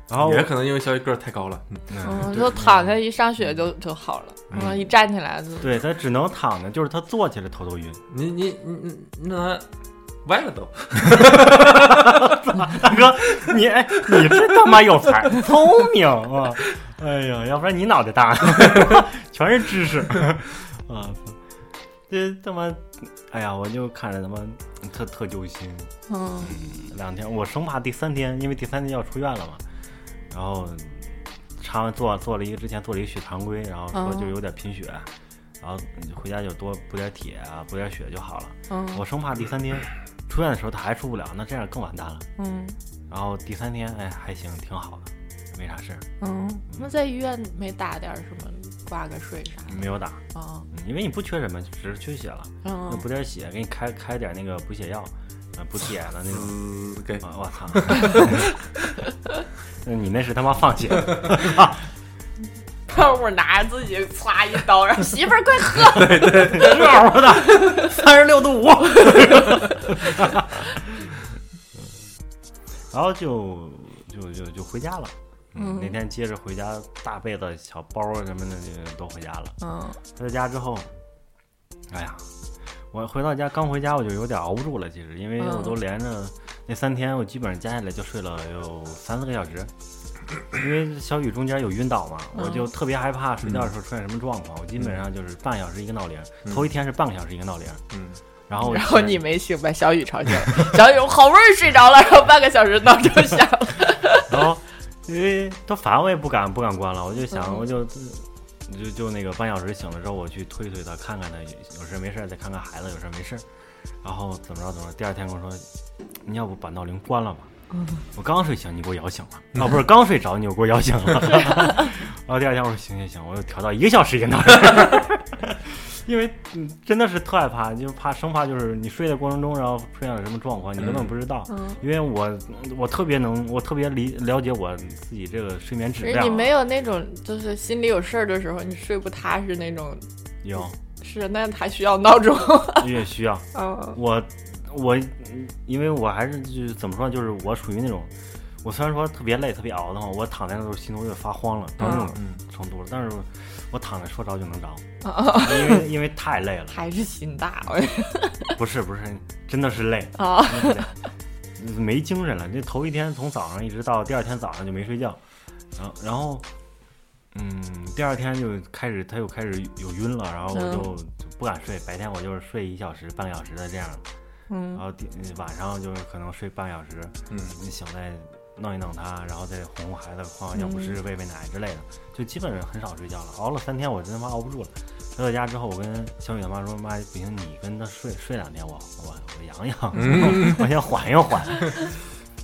Speaker 2: 然后我
Speaker 3: 也可能因为小雨个儿太高了，
Speaker 4: 嗯，就躺下一上血
Speaker 3: 嗯
Speaker 4: 就就好了，然后一站起来就
Speaker 2: 对他只能躺着，就是他坐起来头都晕。
Speaker 3: 你你你你那他歪了都，
Speaker 2: 大哥，你哎你真他妈有才， 聪明啊！哎呀，要不然你脑袋大， 全是知识 啊！这他妈，哎呀，我就看着他妈特特揪心。
Speaker 4: 嗯
Speaker 2: 两天，我生怕第三天，因为第三天要出院了嘛，然后插完做做了一个之前做了一个血常规，然后说
Speaker 4: 哦
Speaker 2: 就有点贫血，然后你回家就多补点铁啊，补点血就好了。
Speaker 4: 嗯
Speaker 2: 我生怕第三天出院的时候他还出不了，那这样更完蛋了。
Speaker 4: 嗯
Speaker 2: 然后第三天哎还行，挺好的，没啥事儿，
Speaker 4: 嗯，那在医院没打点什么挂个水啥
Speaker 2: 没有打，
Speaker 4: 的啊？
Speaker 2: 嗯因为你不缺什么，只是缺血了，就
Speaker 4: 嗯
Speaker 2: 补点血，给你开开点那个补血药，呃补铁的那 种。
Speaker 3: 嗯，给
Speaker 2: 啊我操！ 那你那是他妈放血。
Speaker 4: 胖虎拿着自己歘一刀，然后媳妇儿快喝，
Speaker 2: 热乎的， 三十六度五。然后就就就就回家了。
Speaker 4: 嗯
Speaker 2: 那天接着回家，大被子、小包儿什么的就都回家了。
Speaker 4: 嗯
Speaker 2: 回到家之后，哎呀，我回到家刚回家我就有点熬不住了，其实因为
Speaker 4: 嗯
Speaker 2: 我都连着那三天，我基本上加起来就睡了有三四个小时。因为小雨中间有晕倒嘛，
Speaker 4: 嗯
Speaker 2: 我就特别害怕睡觉的时候出现什么状况。我基本上就是半小时一个闹铃，头一天是半个小时一个闹铃，
Speaker 3: 嗯，
Speaker 2: 然后我
Speaker 4: 嗯然后你没醒，把小雨吵醒了。小雨好不容易睡着了，然后半个小时闹钟响了。
Speaker 2: 然后因为都烦，我也不敢不敢关了，我就想、
Speaker 4: 嗯
Speaker 2: 我就自就就那个半小时醒了之后，我去推推他，看看他有事没事，再看看孩子有事没事，然后怎么着怎么着，第二天跟我说，你要不把闹铃关了吧。
Speaker 4: 嗯
Speaker 2: 我刚睡醒，你给我摇醒了。哦，不是，刚睡着，你又给我摇醒 了。然后第二天我说行行行，我又调到一个小时一个闹铃， 因为嗯真的是特害怕，就怕生怕就是你睡的过程中，然后出现了什么状况，你根本不知道。
Speaker 4: 嗯，
Speaker 2: 因为我我特别能，我特别理了解我自己这个睡眠质
Speaker 4: 可是
Speaker 2: 量啊。
Speaker 4: 你没有那种就是心里有事儿的时候，你睡不踏实那种。
Speaker 2: 有，
Speaker 4: 是，那还需要闹钟。
Speaker 2: 也需要
Speaker 4: 嗯
Speaker 2: 我我，因为我还是就是怎么说，就是我属于那种，我虽然说特别累、特别熬的慌，我躺在那时候心都有点发慌了，到那种
Speaker 3: 嗯
Speaker 2: 程度了。但是我躺着说着就能着，
Speaker 4: 啊，
Speaker 2: 因为因为太累了。
Speaker 4: 还是心大我觉得
Speaker 2: 不是不是，真的是累，
Speaker 4: 啊。
Speaker 2: 真的是累 没精神了。这头一天从早上一直到第二天早上就没睡觉，然后然后，嗯，第二天就开始他又开始有晕了，然后我
Speaker 4: 嗯
Speaker 2: 就就不敢睡。白天我就是睡一小时、半个小时的这样，然
Speaker 4: 嗯
Speaker 2: 后第晚上就是可能睡半个小时，
Speaker 3: 嗯
Speaker 2: 你醒来弄一弄他，然后再哄哄孩子，换换尿不湿、喂喂奶之类的，就基本上很少睡觉了。熬了三天，我真他妈熬不住了，回到家之后，我跟小雨他妈说：“妈，不行，你跟他睡睡两天，我我我养养，
Speaker 3: 嗯
Speaker 2: 我先缓一缓。”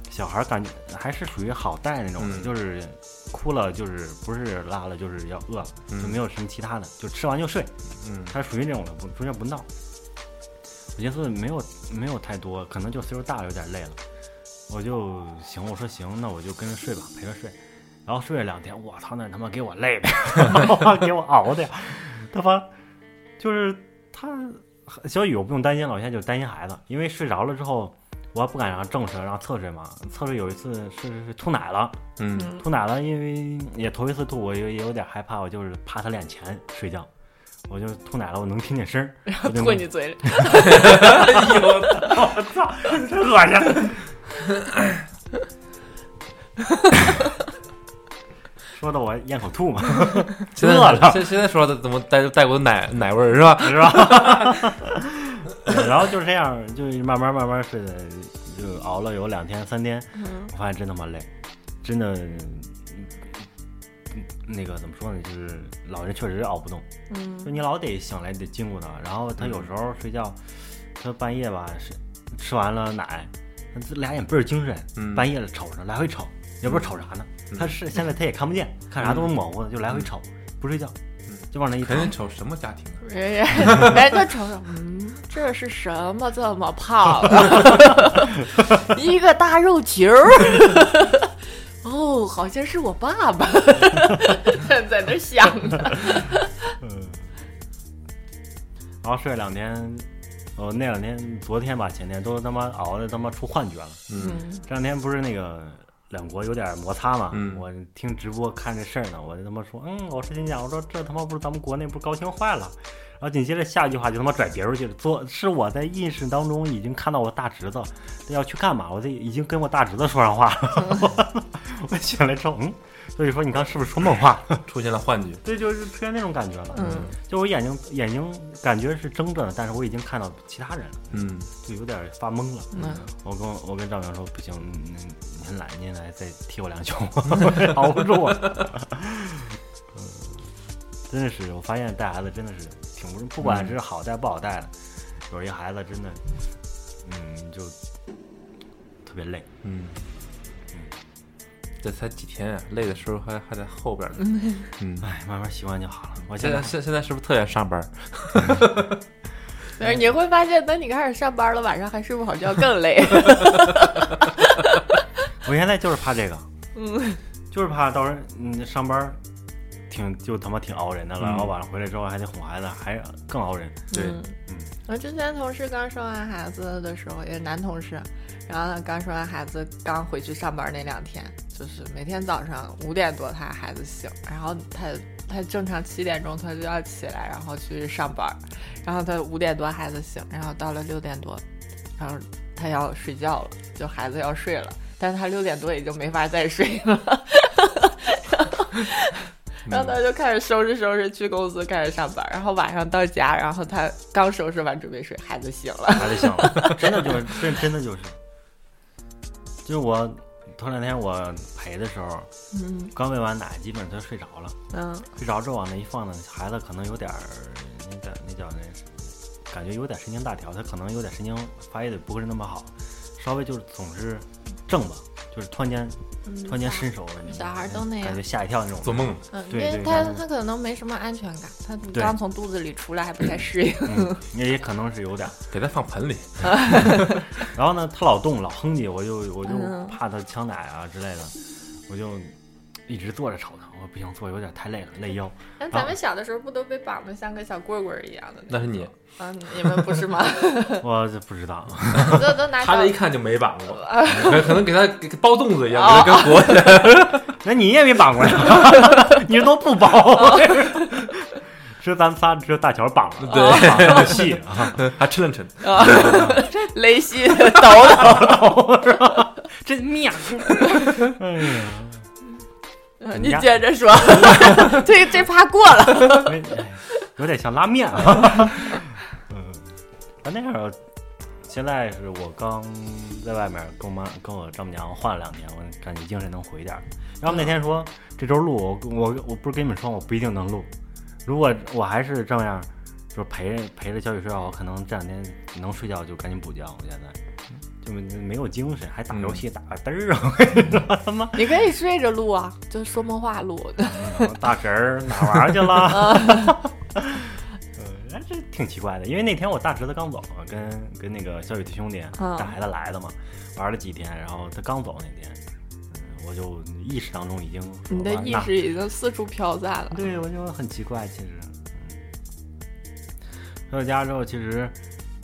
Speaker 2: 小孩儿感觉还是属于好带那种的，
Speaker 3: 嗯
Speaker 2: 就是哭了就是不是拉了就是要饿了，就没有什么其他的，就吃完就睡，
Speaker 3: 嗯
Speaker 2: 他属于那种的，不中间不闹。我觉得没有没有太多，可能就岁数大了有点累了，我就行，我说行，那我就跟着睡吧，陪着睡，然后睡了两天，我操，那他妈给我累的，给我熬的，他妈就是他小雨我不用担心了，我现在就担心孩子，因为睡着了之后。我还不敢让正睡，让侧睡嘛。侧睡有一次是是是吐奶了，
Speaker 3: 嗯
Speaker 2: 吐奶了，因为也头一次吐，我也也有点害怕，我就是趴他脸前睡觉，我就吐奶了，我能听见声儿，我就
Speaker 4: 吐 你嘴里，
Speaker 2: 我操，太恶心 了。说的我咽口吐嘛，
Speaker 3: 现在
Speaker 2: 饿了
Speaker 3: 现现在说的怎么带带股奶奶味儿是吧？
Speaker 2: 是吧？ 然后就这样，就慢慢慢慢睡的，就熬了有两天三天，
Speaker 4: 嗯
Speaker 2: 我发现真他妈累，真的，嗯嗯那个怎么说呢，就是老人确实熬不动，就
Speaker 4: 嗯
Speaker 2: 你老得醒来得经过他，然后他
Speaker 3: 嗯
Speaker 2: 有时候睡觉，他半夜吧是吃完了奶，他这俩眼倍儿精神，
Speaker 3: 嗯
Speaker 2: 半夜了瞅着来回瞅，也不知道瞅啥呢，
Speaker 3: 嗯
Speaker 2: 他是现在他也看不见，看啥都是模糊的，就来回瞅，不睡觉，
Speaker 3: 嗯
Speaker 2: 就往那一躺
Speaker 3: 肯，定瞅什么家庭啊？
Speaker 4: 人家哎人家瞅瞅，嗯，这是什么这么胖啊？ 一个大肉球儿。 哦，好像是我爸 爸在那儿想呢。
Speaker 2: 嗯，然后睡了两天，哦，那两天昨天吧前天都他妈熬的他妈出幻觉了。
Speaker 3: 嗯
Speaker 2: 这两天不是那个两国有点摩擦嘛？
Speaker 3: 嗯
Speaker 2: 我听直播看这事儿呢，我就他妈说，嗯，我是心想，我说这他妈不是咱们国内不是高兴坏了。然后紧接着下一句话就他妈拽别人去了，昨是我在意识当中已经看到我大侄子要去干嘛，我这已经跟我大侄子说上话了。 我醒来之后，嗯，所以说你刚是不是说梦话？
Speaker 3: 出现了幻觉，
Speaker 2: 对，就是出现那种感觉了。
Speaker 4: 嗯，
Speaker 2: 就我眼睛眼睛感觉是睁着的，但是我已经看到其他人了，
Speaker 3: 嗯
Speaker 2: 就有点发懵了。
Speaker 4: 嗯，
Speaker 2: 我跟我我跟赵明说不行，您您来您来再踢我两球， 我熬不住了。嗯，真的是，我发现带孩子真的是挺不容易，不管是
Speaker 4: 嗯
Speaker 2: 好带不好带的，有一些孩子真的，嗯，就特别累。
Speaker 3: 嗯，这才几天啊，累的时候还还在后边呢。嗯，
Speaker 2: 哎，慢慢习惯就好了。我现
Speaker 3: 现
Speaker 2: 在
Speaker 3: 在现现在是不是特想上班？
Speaker 4: 但是你会发现，等你开始上班了，晚上还睡不好觉更累。
Speaker 2: 我现在就是怕这个，
Speaker 4: 嗯
Speaker 2: 就是怕到时候你上班。挺就他妈挺熬人的了，
Speaker 3: 嗯
Speaker 2: 然后晚上回来之后还得哄孩子，还更熬人。
Speaker 3: 对
Speaker 4: 嗯
Speaker 2: 嗯
Speaker 4: 我之前同事刚生完孩子的时候，也是男同事，然后刚生完孩子，刚回去上班那两天，就是每天早上五点多他孩子醒，然后他他正常七点钟他就要起来，然后去上班，然后他五点多孩子醒，然后到了六点多，然后他要睡觉了，就孩子要睡了，但是他六点多也就没法再睡了，
Speaker 3: 嗯
Speaker 4: 然后他就开始收拾收拾去公司开始上班，然后晚上到家，然后他刚收拾完准备睡，孩子醒了。
Speaker 2: 孩子醒了， 真的就是真真的就是，就是我头两天我陪的时候，
Speaker 4: 嗯
Speaker 2: 刚喂完奶，基本上就睡着了，
Speaker 4: 嗯
Speaker 2: 睡着之后往那一放呢，孩子可能有点儿那叫那叫那，感觉有点神经大条，他可能有点神经发育的不是那么好，稍微就是总是怔吧，就是突然间
Speaker 4: 嗯，
Speaker 2: 突然间伸手了，你
Speaker 4: 小孩都那样
Speaker 2: 感觉吓一跳那种。
Speaker 3: 做梦，
Speaker 4: 嗯，因
Speaker 2: 对
Speaker 4: 为
Speaker 2: 对
Speaker 4: 他
Speaker 2: 然后
Speaker 4: 他可能没什么安全感，他
Speaker 2: 对
Speaker 4: 刚从肚子里出来还不太适应。
Speaker 2: 嗯，也也可能是有点儿。
Speaker 3: 给他放盆里。
Speaker 2: 然后呢，他老动，老哼唧，我就我就
Speaker 4: 嗯
Speaker 2: 怕他呛奶啊之类的，我就一直坐着瞅他。我说不行，坐着有点太累了，累腰。
Speaker 4: 但
Speaker 2: 咱们
Speaker 4: 小的时候不都被绑得像个小棍棍一样的？
Speaker 3: 那是你，
Speaker 4: 啊，你们不是吗？
Speaker 2: 我这不知道，
Speaker 4: 都都拿
Speaker 3: 他这一看就没绑过，
Speaker 2: 啊
Speaker 3: 可 可能给他给给包粽子一样，给他裹起来。
Speaker 2: 那你也没绑过呀？ 你都不绑， 是咱们仨只有大乔绑了，
Speaker 3: 对
Speaker 2: 绑的细啊，
Speaker 3: 还抻了抻，
Speaker 4: 啊，勒心啊抖
Speaker 2: 真面。哎呀，
Speaker 4: 抖。你接着说，这这趴过了。
Speaker 2: 没哎有点像拉面啊。 嗯，啊那样，现在是我刚在外面跟我妈跟我丈母娘换了两天，我感觉精神能回点儿。然后那天说这周录，我我我不是跟你们说我不一定能录，如果我还是这样，就是陪着陪着小雨睡觉，我可能这两天能睡觉就赶紧补觉。我现在就没没有精神，还打游戏打个嘚儿啊！我他妈
Speaker 4: 你可以睡着录啊，就说梦话录。
Speaker 2: 大侄儿哪玩儿去了？
Speaker 4: 啊
Speaker 2: 嗯，那这挺奇怪的，因为那天我大侄子刚走，跟跟那个小雨的兄弟
Speaker 4: 嗯
Speaker 2: 带孩子来的嘛，玩了几天，然后他刚走那天，嗯我就意识当中已经说
Speaker 4: 你的
Speaker 2: 哇
Speaker 4: 意
Speaker 2: 那
Speaker 4: 识已经四处飘散了。
Speaker 2: 对，我就很奇怪，其实。嗯，回到家之后，其实，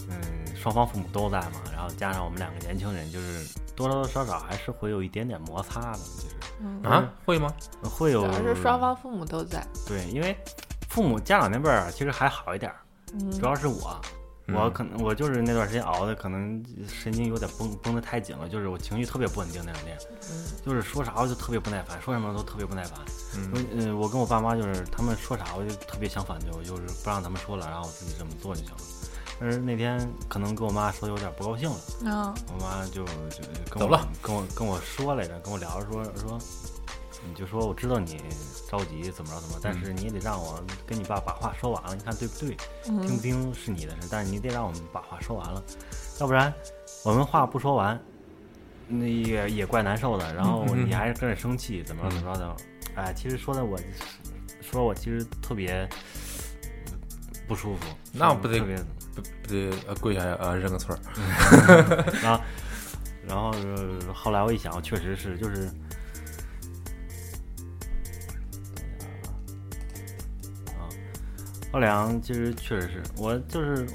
Speaker 2: 嗯，双方父母都在嘛，然后加上我们两个年轻人，就是多多少少还是会有一点点摩擦的，其实
Speaker 4: 嗯，
Speaker 3: 啊，会吗？
Speaker 2: 会
Speaker 4: 主
Speaker 2: 有。
Speaker 4: 要是双方父母都在。
Speaker 2: 对，因为父母家长那辈儿啊其实还好一点儿，
Speaker 4: 嗯
Speaker 2: 主要是我，我可能我就是那段时间熬的，可能神经有点绷绷得太紧了，就是我情绪特别不稳定那两天，就是说啥我就特别不耐烦，说什么都特别不耐烦。我
Speaker 3: 嗯
Speaker 2: 呃，我跟我爸妈就是他们说啥我就特别想反对，我就是不让他们说了，然后我自己这么做就行了。但是那天可能跟我妈说有点不高兴了，
Speaker 4: 啊，
Speaker 2: 我妈就就跟
Speaker 3: 走
Speaker 2: 我
Speaker 3: 了
Speaker 2: 跟我跟我说来着，跟我聊着说说，你就说我知道你着急怎么着怎么着，但是
Speaker 3: 嗯
Speaker 2: 你也得让我跟你爸把话说完了，你看对不对？听不听是你的事，但是你得让我们把话说完了，要不然我们话不说完，那也也怪难受的。然后
Speaker 3: 嗯嗯嗯
Speaker 2: 你还是跟着生气，怎么着怎么着的。哎，其实说的我，说我其实特别不舒服，
Speaker 3: 那不得
Speaker 2: 特别
Speaker 3: 不不对，呃跪下呃认个错儿。
Speaker 2: 然后，然后呃后来我一想，确实是就是。啊，奥良其实确实是我就是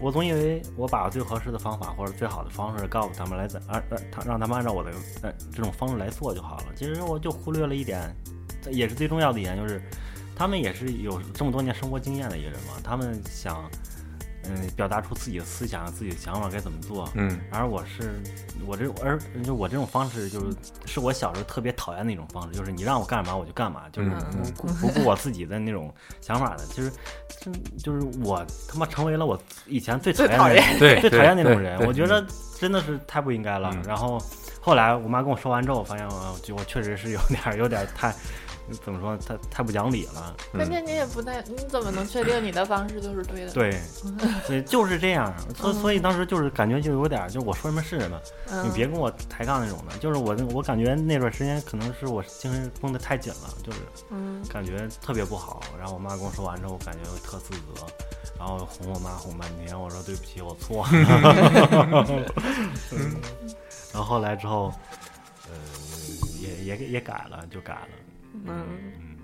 Speaker 2: 我总以为我把最合适的方法或者最好的方式告诉他们来怎按按他让他们按照我的呃这种方式来做就好了。其实我就忽略了一点，这也是最重要的一点，就是他们也是有这么多年生活经验的一个人嘛，他们想嗯、表达出自己的思想、自己的想法该怎么做，
Speaker 3: 嗯
Speaker 2: 而我是我这而就我这种方式就是是我小时候特别讨厌的一种方式，就是你让我干嘛我就干嘛，就是
Speaker 3: 嗯
Speaker 2: 不顾不顾我自己的那种想法的。其实真就是我他妈成为了我以前最讨
Speaker 4: 最
Speaker 2: 厌
Speaker 4: 讨
Speaker 2: 的
Speaker 4: 厌。
Speaker 3: 对，
Speaker 2: 最
Speaker 3: 对
Speaker 2: 讨厌那种人，
Speaker 3: 对
Speaker 2: 我觉得真的是太不应该了
Speaker 3: 嗯。
Speaker 2: 然后后来我妈跟我说完之后，我发现我就我确实是有点儿有点儿太怎么说太太不讲理了。
Speaker 4: 关键你也不太，你怎么能确定你的方式就是对 的？
Speaker 2: 对，所以就是这样，所以所以当时就是感觉就有点儿就是我说什么是什么。
Speaker 4: 嗯，
Speaker 2: 你别跟我抬杠那种的，就是我我感觉那段时间可能是我精神绷得太紧了，就是
Speaker 4: 嗯
Speaker 2: 感觉特别不好。然后我妈跟我说完之后，我感觉我特自责，然后哄我妈哄半天，我说对不起，我错了。嗯 然后后来之后，呃，也也也改了，就改了。
Speaker 4: 嗯，
Speaker 2: 嗯，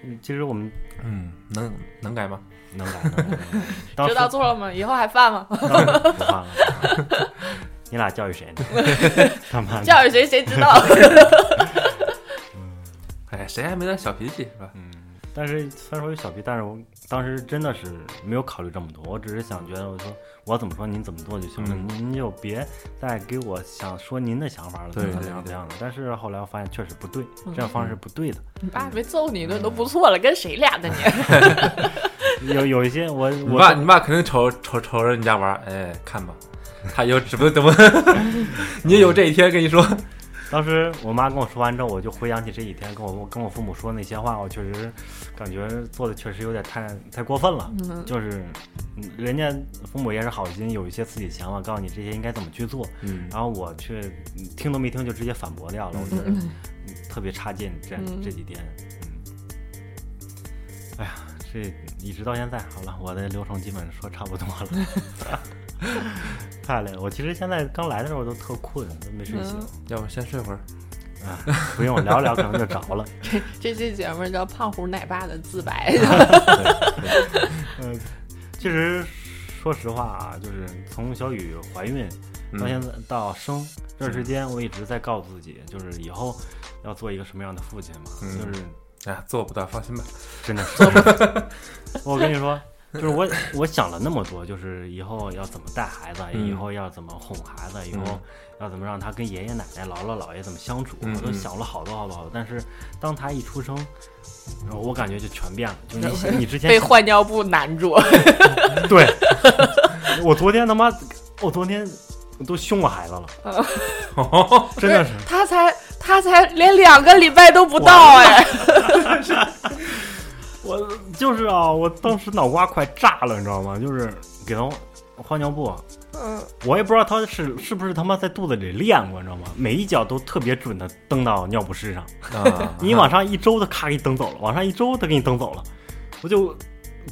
Speaker 2: 其其实我们
Speaker 3: 嗯，能能改吗？
Speaker 2: 能改的， 当
Speaker 4: 知
Speaker 2: 时
Speaker 4: 道错了吗？以后还犯 吗？
Speaker 2: 当时不犯了。 你俩教育 谁呢？ 他妈的！
Speaker 4: 教育谁谁知 道？
Speaker 3: 哎，谁还没点小脾气是吧？
Speaker 2: 但是虽然说有小脾，但是我当时真的是没有考虑这么多，我只是想觉得，我说我怎么说您怎么做就行了，
Speaker 3: 嗯
Speaker 2: 您就别再给我想说您的想法了，怎
Speaker 3: 对
Speaker 2: 么怎么样
Speaker 3: 对嗯
Speaker 2: 怎么样的。但是后来我发现确实不对，这样方式不 对的。
Speaker 4: 你爸啊没揍你一顿都不错了，跟谁俩呢你？
Speaker 2: 有有一些我
Speaker 3: 你
Speaker 2: 我
Speaker 3: 爸你爸肯定瞅瞅瞅着你家娃儿，哎，看吧， 他有指不定怎 么，你也有这一天，跟你说，
Speaker 2: 当时我妈跟我说完之后，我就回想起这几天跟我跟我父母说那些话，我确实感觉做的确实有点太太过分了。
Speaker 4: 嗯
Speaker 2: 就是嗯人家父母也是好心，有一些自己想法，告诉你这些应该怎么去做，
Speaker 3: 嗯
Speaker 2: 然后我却嗯听都没听就直接反驳掉了，我觉得嗯特别差劲。这、
Speaker 4: 嗯
Speaker 2: 这几天，嗯，哎呀，这一直到现在，好了，我的流程基本说差不多了，太累了。我其实现在刚来的时候都特困，都没睡醒，
Speaker 3: 要不先睡会儿。
Speaker 2: 啊，不用聊聊可能就着了。
Speaker 4: 这这期节目叫《胖虎奶爸的自
Speaker 2: 啊
Speaker 4: 白》。
Speaker 2: 嗯，其实说实话啊，就是从小雨怀孕
Speaker 3: 嗯
Speaker 2: 到现在到生这段时间，我一直在告诉自己，就是以后要做一个什么样的父亲嘛，
Speaker 3: 嗯
Speaker 2: 就是
Speaker 3: 哎，做不到，放心吧。
Speaker 2: 真的是。 我跟你说，就是我我想了那么多，就是以后要怎么带孩子，
Speaker 3: 嗯
Speaker 2: 以后要怎么哄孩子，以后
Speaker 3: 嗯
Speaker 2: 要怎么让他跟爷爷奶奶、姥姥姥爷怎么相处，
Speaker 3: 嗯
Speaker 2: 我都
Speaker 3: 嗯
Speaker 2: 想了好多好多好多。但是当他一出生，然后我感觉就全变了，就是
Speaker 4: 对
Speaker 2: 你你之前
Speaker 4: 被换尿布难住，
Speaker 2: 对， 我昨天他妈，我昨天都凶我孩子了，
Speaker 4: 哦
Speaker 2: 真的是。
Speaker 4: 他才他才连两个礼拜都不到哎，
Speaker 2: 我就是啊，我当时脑瓜快炸了，你知道吗？就是给他换尿布，啊
Speaker 4: 嗯，
Speaker 2: 我也不知道他是是不是他妈在肚子里练过，你知道吗？每一脚都特别准的蹬到尿不湿上，
Speaker 3: 啊，
Speaker 2: 你往上一周，他咔给你蹬走了，往上一周他给你蹬走了，我就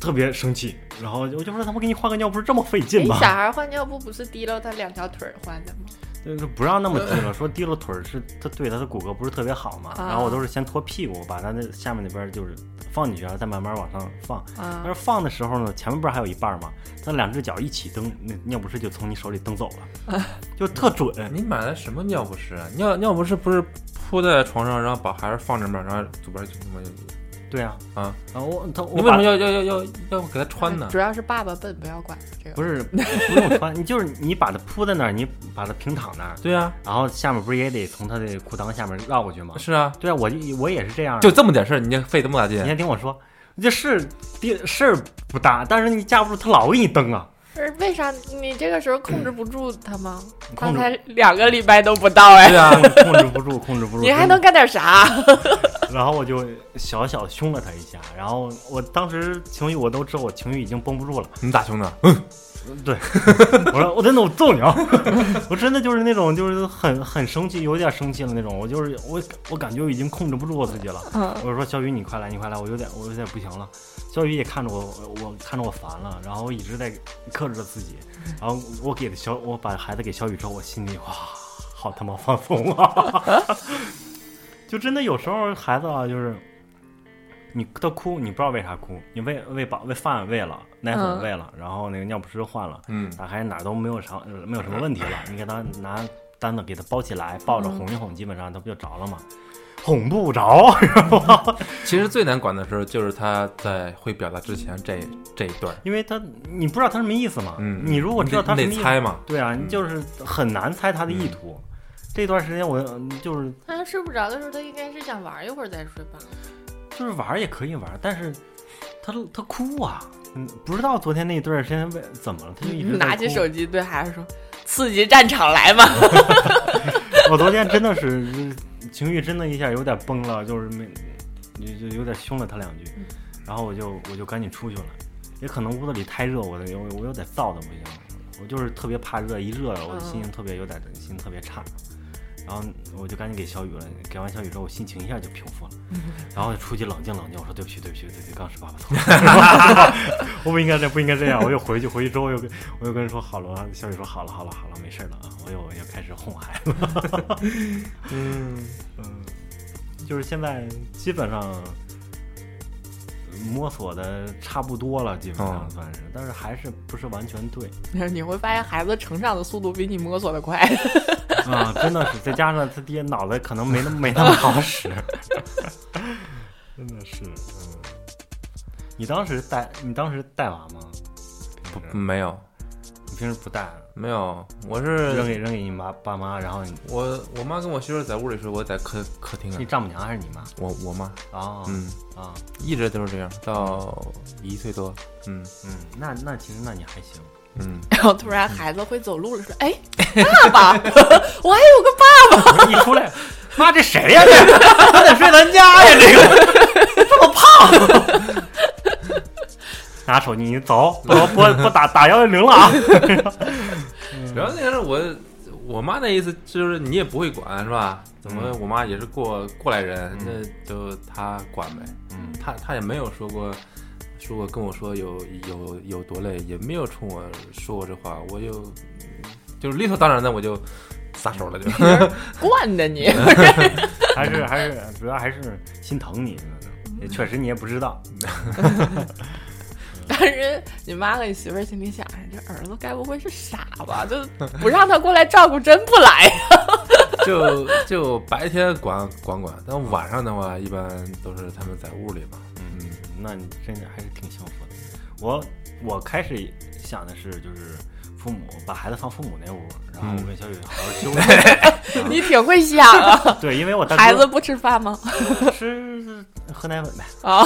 Speaker 2: 特别生气，然后我就说他妈给你换个尿不是这么费劲
Speaker 4: 哎
Speaker 2: 吗？
Speaker 4: 小孩换尿布不是提溜他两条腿儿换的吗？
Speaker 2: 就是不让那么低了，说低了腿儿是他对他的骨骼不是特别好嘛。
Speaker 4: 啊
Speaker 2: 然后我都是先脱屁股，把他那下面那边就是放进去，然后再慢慢往上放。但
Speaker 4: 啊
Speaker 2: 是放的时候呢，前面不是还有一半儿嘛，他两只脚一起蹬，那尿不湿就从你手里蹬走了，
Speaker 4: 啊
Speaker 2: 就特准。
Speaker 3: 你买的什么尿不湿啊？尿尿不湿不是铺在床上，然后把孩子放这边，然后左边就他妈就
Speaker 2: 对啊，
Speaker 3: 啊，
Speaker 2: 然后我他我
Speaker 3: 你为什么
Speaker 2: 把
Speaker 3: 要要要要要给他穿呢
Speaker 4: 主？要是爸爸笨，不要管这个。
Speaker 2: 不是不用穿，你就是你把它铺在那儿，你把它平躺那儿，
Speaker 3: 对啊，
Speaker 2: 然后下面不是也得从他的裤裆下面绕过去吗？
Speaker 3: 是啊，
Speaker 2: 对啊，我就我也是这样啊，
Speaker 3: 就这么点事儿，你就费这么大劲
Speaker 2: 你？先听我说，这事地事儿不大，但是你架不住他老给你蹬啊。
Speaker 4: 是为啥你这个时候控制不住他吗？
Speaker 2: 控
Speaker 4: 刚
Speaker 2: 制
Speaker 4: 才两个礼拜都不到哎，
Speaker 3: 对啊，
Speaker 2: 控制不住，控制不住。
Speaker 4: 你还能干点啥？
Speaker 2: 然后我就小小凶了他一下，然后我当时情绪我都知道，我情绪已经绷不住了。
Speaker 3: 你咋凶的？
Speaker 2: 对，我说我真的我揍你啊！ 我真的就是那种就是很很生气，有点生气了那种。我就是我我感觉我已经控制不住我自己了。
Speaker 4: 嗯
Speaker 2: 我就说小雨你快来你快来，我有点我有点不行了。小雨也看着我我我看着我烦了，然后我一直在克制着自己，然后我给小我把孩子给小雨之后，我心里哇，好他妈放松啊！ 就真的有时候孩子啊，就是你他哭，你不知道为啥哭，你喂喂饱喂饭喂了，奶粉
Speaker 4: 嗯
Speaker 2: 喂了，然后那个尿不湿换了，
Speaker 3: 嗯，
Speaker 2: 打开啊哪儿都没有啥呃没有什么问题了，你给他拿单子给他包起来，抱
Speaker 4: 嗯
Speaker 2: 着哄一哄，基本上他不就着了吗？哄不着，
Speaker 3: 其实最难管的时候就是他在会表达之前这这一段儿，
Speaker 2: 因为他你不知道他什么意思嘛。
Speaker 3: 嗯，
Speaker 2: 你如果知道他
Speaker 3: 你
Speaker 2: 什么
Speaker 3: 得你
Speaker 2: 意
Speaker 3: 得
Speaker 2: 思，
Speaker 3: 猜嗯嘛，
Speaker 2: 对啊，你就是很难猜他的意图。这段时间我嗯就是
Speaker 4: 他睡不着的时候，他应该是想玩一会儿再睡吧。
Speaker 2: 就是玩儿也可以玩儿，但是他他哭啊，嗯，不知道昨天那段时间为怎么了，他就一直在
Speaker 4: 拿起
Speaker 2: 哭
Speaker 4: 手机对孩子说：“刺激战场来嘛
Speaker 2: 我昨天真的是情绪真的一下有点崩了，就是没就就有点凶了他两句，然后我就我就赶紧出去了，也可能屋子里太热，我的我我有点燥的不行，我就是特别怕热，一热我的心情特别有点心情特别差，然后我就赶紧给小雨了，给完小雨之后我心情一下就平复了， 然后出去冷静冷静，我说对不起对不起对不起，刚是爸爸错了， 我不应该这不应该这样，我又回去回去之后又跟我又跟人说好了，小雨说好了好了好了没事了啊，我又我又开始哄孩子。
Speaker 3: 嗯，
Speaker 2: 嗯，就是现在基本上摸索的差不多了，基本上
Speaker 3: 嗯
Speaker 2: 算是，但是还是不是完全对！”
Speaker 4: 你会发现孩子成长的速度比你摸索的快。
Speaker 2: 啊，真的是，再加上他爹脑袋可能没那么没那么好使， 真的是，嗯。你当时带你当时带娃吗？平时
Speaker 3: 没有
Speaker 2: 你平时不带，
Speaker 3: 没有，我
Speaker 2: 扔
Speaker 3: 是
Speaker 2: 给扔给你妈爸妈，然后你
Speaker 3: 我我妈跟我媳妇儿在屋里睡，我在客客厅啊
Speaker 2: 你，丈母娘还是你妈
Speaker 3: 我我妈，
Speaker 2: 啊
Speaker 3: 嗯，
Speaker 2: 啊
Speaker 3: 一直都是这样，到一岁多，嗯
Speaker 2: 嗯，那那其实那你还行，
Speaker 3: 嗯，
Speaker 4: 然后突然孩子会走路了，说：“哎，爸爸，我还有个爸。
Speaker 2: 一出 来，妈，这谁呀、这 他得睡咱家呀？这个这么胖，拿手机你走，不不不打打幺幺零了啊！
Speaker 3: 然后那时候我我妈那意思就是你也不会管是吧？怎么
Speaker 2: 嗯
Speaker 3: 我妈也是过过来人，
Speaker 2: 嗯
Speaker 3: 那就她管呗，
Speaker 2: 嗯
Speaker 3: 她她也没有说过说过跟我说有有有多累，也没有冲我说过这话，我就就是理所当然的我就撒手了就，”
Speaker 4: 惯的你，
Speaker 2: 嗯还是还是主要还是心疼你，也确实你也不知道，
Speaker 4: 当时你妈和你媳妇儿心里想：“哎，这儿子该不会是傻吧？就不让他过来照顾，真不来。
Speaker 3: 就就白天管管管，但晚上的话一般都是他们在屋里嘛，嗯，
Speaker 2: 那你真的还是挺幸福的。我我开始想的是就是。父母把孩子放父母那屋，然后我跟小雨好好休 息。
Speaker 4: 你挺会想啊，
Speaker 2: 对，因为我大哥
Speaker 4: 孩子不吃饭吗？
Speaker 2: 吃喝奶粉呗。
Speaker 4: 啊，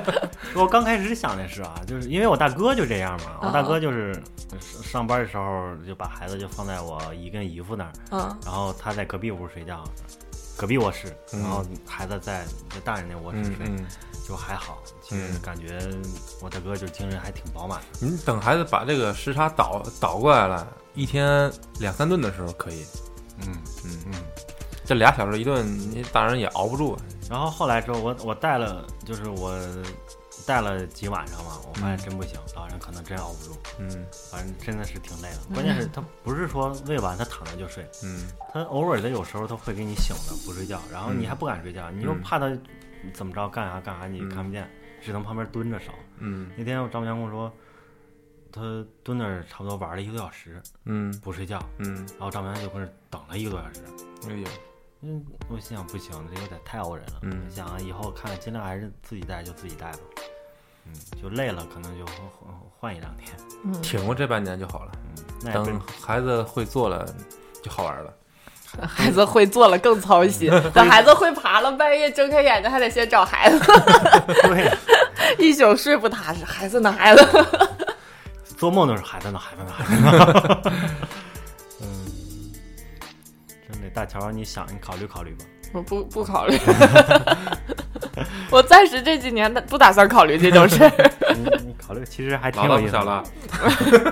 Speaker 2: 我刚开始想的是啊，就是因为我大哥就这样嘛，
Speaker 4: 啊
Speaker 2: 我大哥就是上上班的时候就把孩子就放在我姨跟姨夫那儿，
Speaker 4: 嗯
Speaker 2: 然后他在隔壁屋睡觉，隔壁卧室，
Speaker 3: 嗯
Speaker 2: 然后孩子在在大人那卧室
Speaker 3: 嗯
Speaker 2: 睡。
Speaker 3: 嗯，
Speaker 2: 就还好。其实
Speaker 3: 嗯
Speaker 2: 感觉我大哥就精神还挺饱满的。
Speaker 3: 你等孩子把这个时差倒倒过来了，一天两三顿的时候可以，
Speaker 2: 嗯
Speaker 3: 嗯，
Speaker 2: 嗯。
Speaker 3: 这俩小时一顿，你大人也熬不住啊。
Speaker 2: 然后后来之后，我我带了，就是我带了几晚上嘛，我发现真不行，老人可能真熬不住，
Speaker 3: 嗯
Speaker 2: 反正真的是挺累的。关键是他不是说喂完他躺着就睡，
Speaker 3: 嗯
Speaker 2: 他偶尔的有时候他会给你醒了不睡觉，然后你还不敢睡觉，你又
Speaker 3: 嗯
Speaker 2: 怕他怎么着干啥干啥啊你
Speaker 3: 嗯
Speaker 2: 看不见，只能旁边蹲着守。
Speaker 3: 嗯
Speaker 2: 那天我丈母娘跟我说，他蹲那儿差不多玩了一个多小时
Speaker 3: 嗯
Speaker 2: 不睡觉，
Speaker 3: 嗯，
Speaker 2: 然后丈母娘就跟那儿等了一个多小时。
Speaker 3: 哎呦，
Speaker 2: 嗯，我心想不行，这有点太熬人了。
Speaker 3: 嗯
Speaker 2: 我想啊以后看尽量还是自己带就自己带吧。嗯，就累了可能就换换换一两天。
Speaker 4: 嗯，
Speaker 3: 挺过这半年就好了。
Speaker 2: 嗯，那也
Speaker 3: 等
Speaker 2: 不
Speaker 3: 孩子会做了，就好玩了。
Speaker 4: 孩子会坐了更操心，等孩子会爬了，半夜睁开眼睛还得先找孩子，
Speaker 2: 对呀，
Speaker 4: 一宿睡不踏实。孩子呢？孩子？
Speaker 2: 做梦都是孩子呢，孩子呢，孩子呢。 嗯，真的，大乔，你想你考虑考虑吧。
Speaker 4: 我不不考虑， 我暂时这几年不打算考虑这种 事儿。
Speaker 2: 你你考虑，其实还挺
Speaker 3: 老大
Speaker 2: 有意
Speaker 3: 不
Speaker 2: 思
Speaker 3: 小了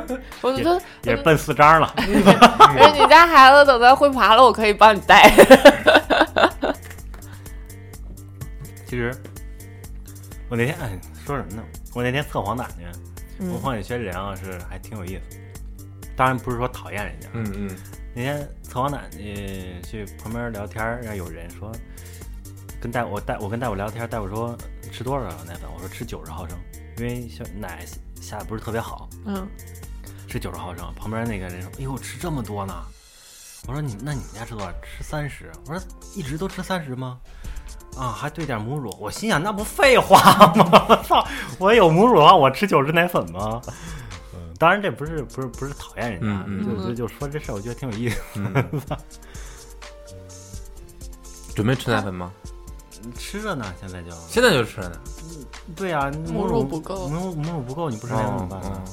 Speaker 2: 的，，
Speaker 4: 我觉得，
Speaker 2: 也是奔四张了。
Speaker 4: 哎，你家孩子等他会爬了，我可以帮你带。
Speaker 2: 其实我那天哎说什么呢？我那天测黄疸去，我
Speaker 4: 嗯
Speaker 2: 黄血学质量是还挺有意思。当然不是说讨厌人家，
Speaker 3: 嗯嗯
Speaker 2: 那天测完奶，呃，去旁边聊天儿，然后有人说，跟大我大我跟大夫聊天，大夫说吃多少奶粉？我说吃九十毫升，因为小奶下的不是特别好，
Speaker 4: 嗯，
Speaker 2: 吃九十毫升。旁边那个人说，哎呦，吃这么多呢？我说你那你们家吃多少？吃三十？我说一直都吃三十吗？啊，还兑点母乳，我心想那不废话吗？ 我操，我有母乳的话，我吃九十奶粉吗？ 嗯，当然这不是不是不是讨厌人家，啊
Speaker 3: 嗯
Speaker 4: 嗯
Speaker 2: 就就就说这事儿，我觉得挺有意思。
Speaker 3: 嗯。准备吃奶粉吗？
Speaker 2: 吃着呢，现在就
Speaker 3: 现在就吃呢。
Speaker 2: 对啊，
Speaker 4: 嗯母
Speaker 2: 乳
Speaker 4: 乳不够
Speaker 2: 母乳母乳不够，你不吃奶粉怎么办呢？
Speaker 3: 哦哦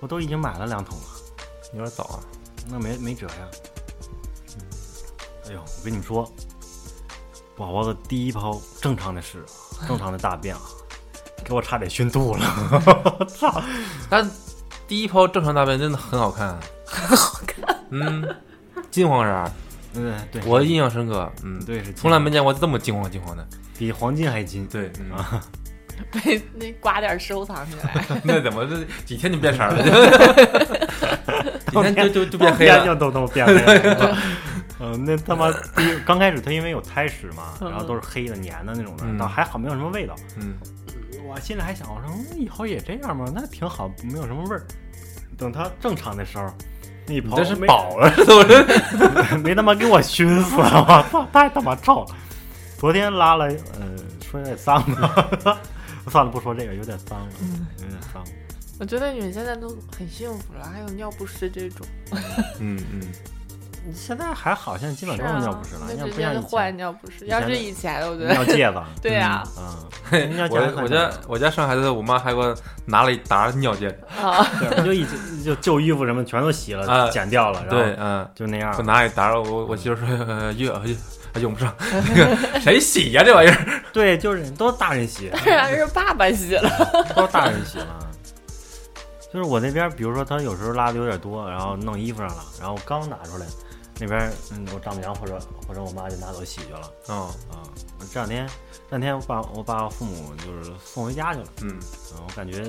Speaker 2: 我都已经买了两桶了，
Speaker 3: 有点早啊。
Speaker 2: 那没没辙呀。哎呦，我跟你们说，宝宝的第一泡正常的屎，正常的大便啊，给我差点熏吐 了。
Speaker 3: 但第一泡正常大便真的很好看，很好看。嗯，金黄色儿，
Speaker 2: 嗯，对，
Speaker 3: 我印象深刻。嗯，
Speaker 2: 对是
Speaker 3: 从来没见过这么金黄金黄的。
Speaker 2: 比黄金还金。
Speaker 3: 对 啊，
Speaker 4: 被那刮点收藏起来。
Speaker 3: 那怎么这几天就变色儿了？ 几天就就就变黑
Speaker 2: 就
Speaker 3: 了。
Speaker 2: 都都变黑 了。嗯，那他妈第一刚开始他因为有胎屎嘛，
Speaker 4: 嗯
Speaker 2: 然后都是黑的、黏的那种的，
Speaker 3: 嗯
Speaker 2: 倒还好没有什么味道。
Speaker 3: 嗯
Speaker 2: 我心里还想，我说嗯以后也这样吧，那挺好，没有什么味儿。等它正常的时候，那一
Speaker 3: 你
Speaker 2: 泡
Speaker 3: 这是
Speaker 2: 没
Speaker 3: 饱了是不是？
Speaker 2: 没他妈给我熏死了，我操，太他妈臭了！昨天拉了，呃，说有点脏了， 算了，不说这个，有点脏了，
Speaker 4: 嗯
Speaker 2: 有点脏了。
Speaker 4: 我觉得你们现在都很幸福了，还有尿不湿这种，
Speaker 3: 嗯嗯，
Speaker 2: 现在还好，现在基本
Speaker 4: 是
Speaker 2: 都是
Speaker 4: 啊
Speaker 2: 尿不湿了，
Speaker 4: 就
Speaker 2: 尿
Speaker 4: 直
Speaker 2: 不
Speaker 4: 接
Speaker 2: 像以
Speaker 4: 换
Speaker 2: 前
Speaker 4: 尿不湿。
Speaker 2: 以前
Speaker 4: 要是以前，我觉
Speaker 2: 尿
Speaker 4: 得，
Speaker 2: 介 子，
Speaker 4: 对啊呀，
Speaker 2: 嗯，尿介还算
Speaker 3: 我我
Speaker 2: 正
Speaker 3: 家
Speaker 2: 常
Speaker 3: 我家生孩子，我妈还给我拿了一沓尿介。
Speaker 2: 嗯
Speaker 4: 啊，
Speaker 2: 对就已经就旧衣服什么全都洗
Speaker 3: 啊
Speaker 2: 了，剪掉了，
Speaker 3: 对，
Speaker 2: 然后
Speaker 3: 嗯，
Speaker 2: 就那样
Speaker 3: 我。拿了一沓，我我媳妇说呃用呃用 不上，那个谁洗呀这玩意儿？
Speaker 2: 对，就是都是大人洗，
Speaker 4: 当然是爸爸洗了。
Speaker 2: 都是大人洗了。就是我那边，比如说他有时候拉的有点多，然后弄衣服上了，然后刚拿出来，那边嗯，我丈母娘或者或者我妈就拿走洗去了
Speaker 3: 哦，
Speaker 2: 啊。我这两天这两天我把我把我父母就是送回家去了，
Speaker 3: 嗯
Speaker 2: 嗯，我感觉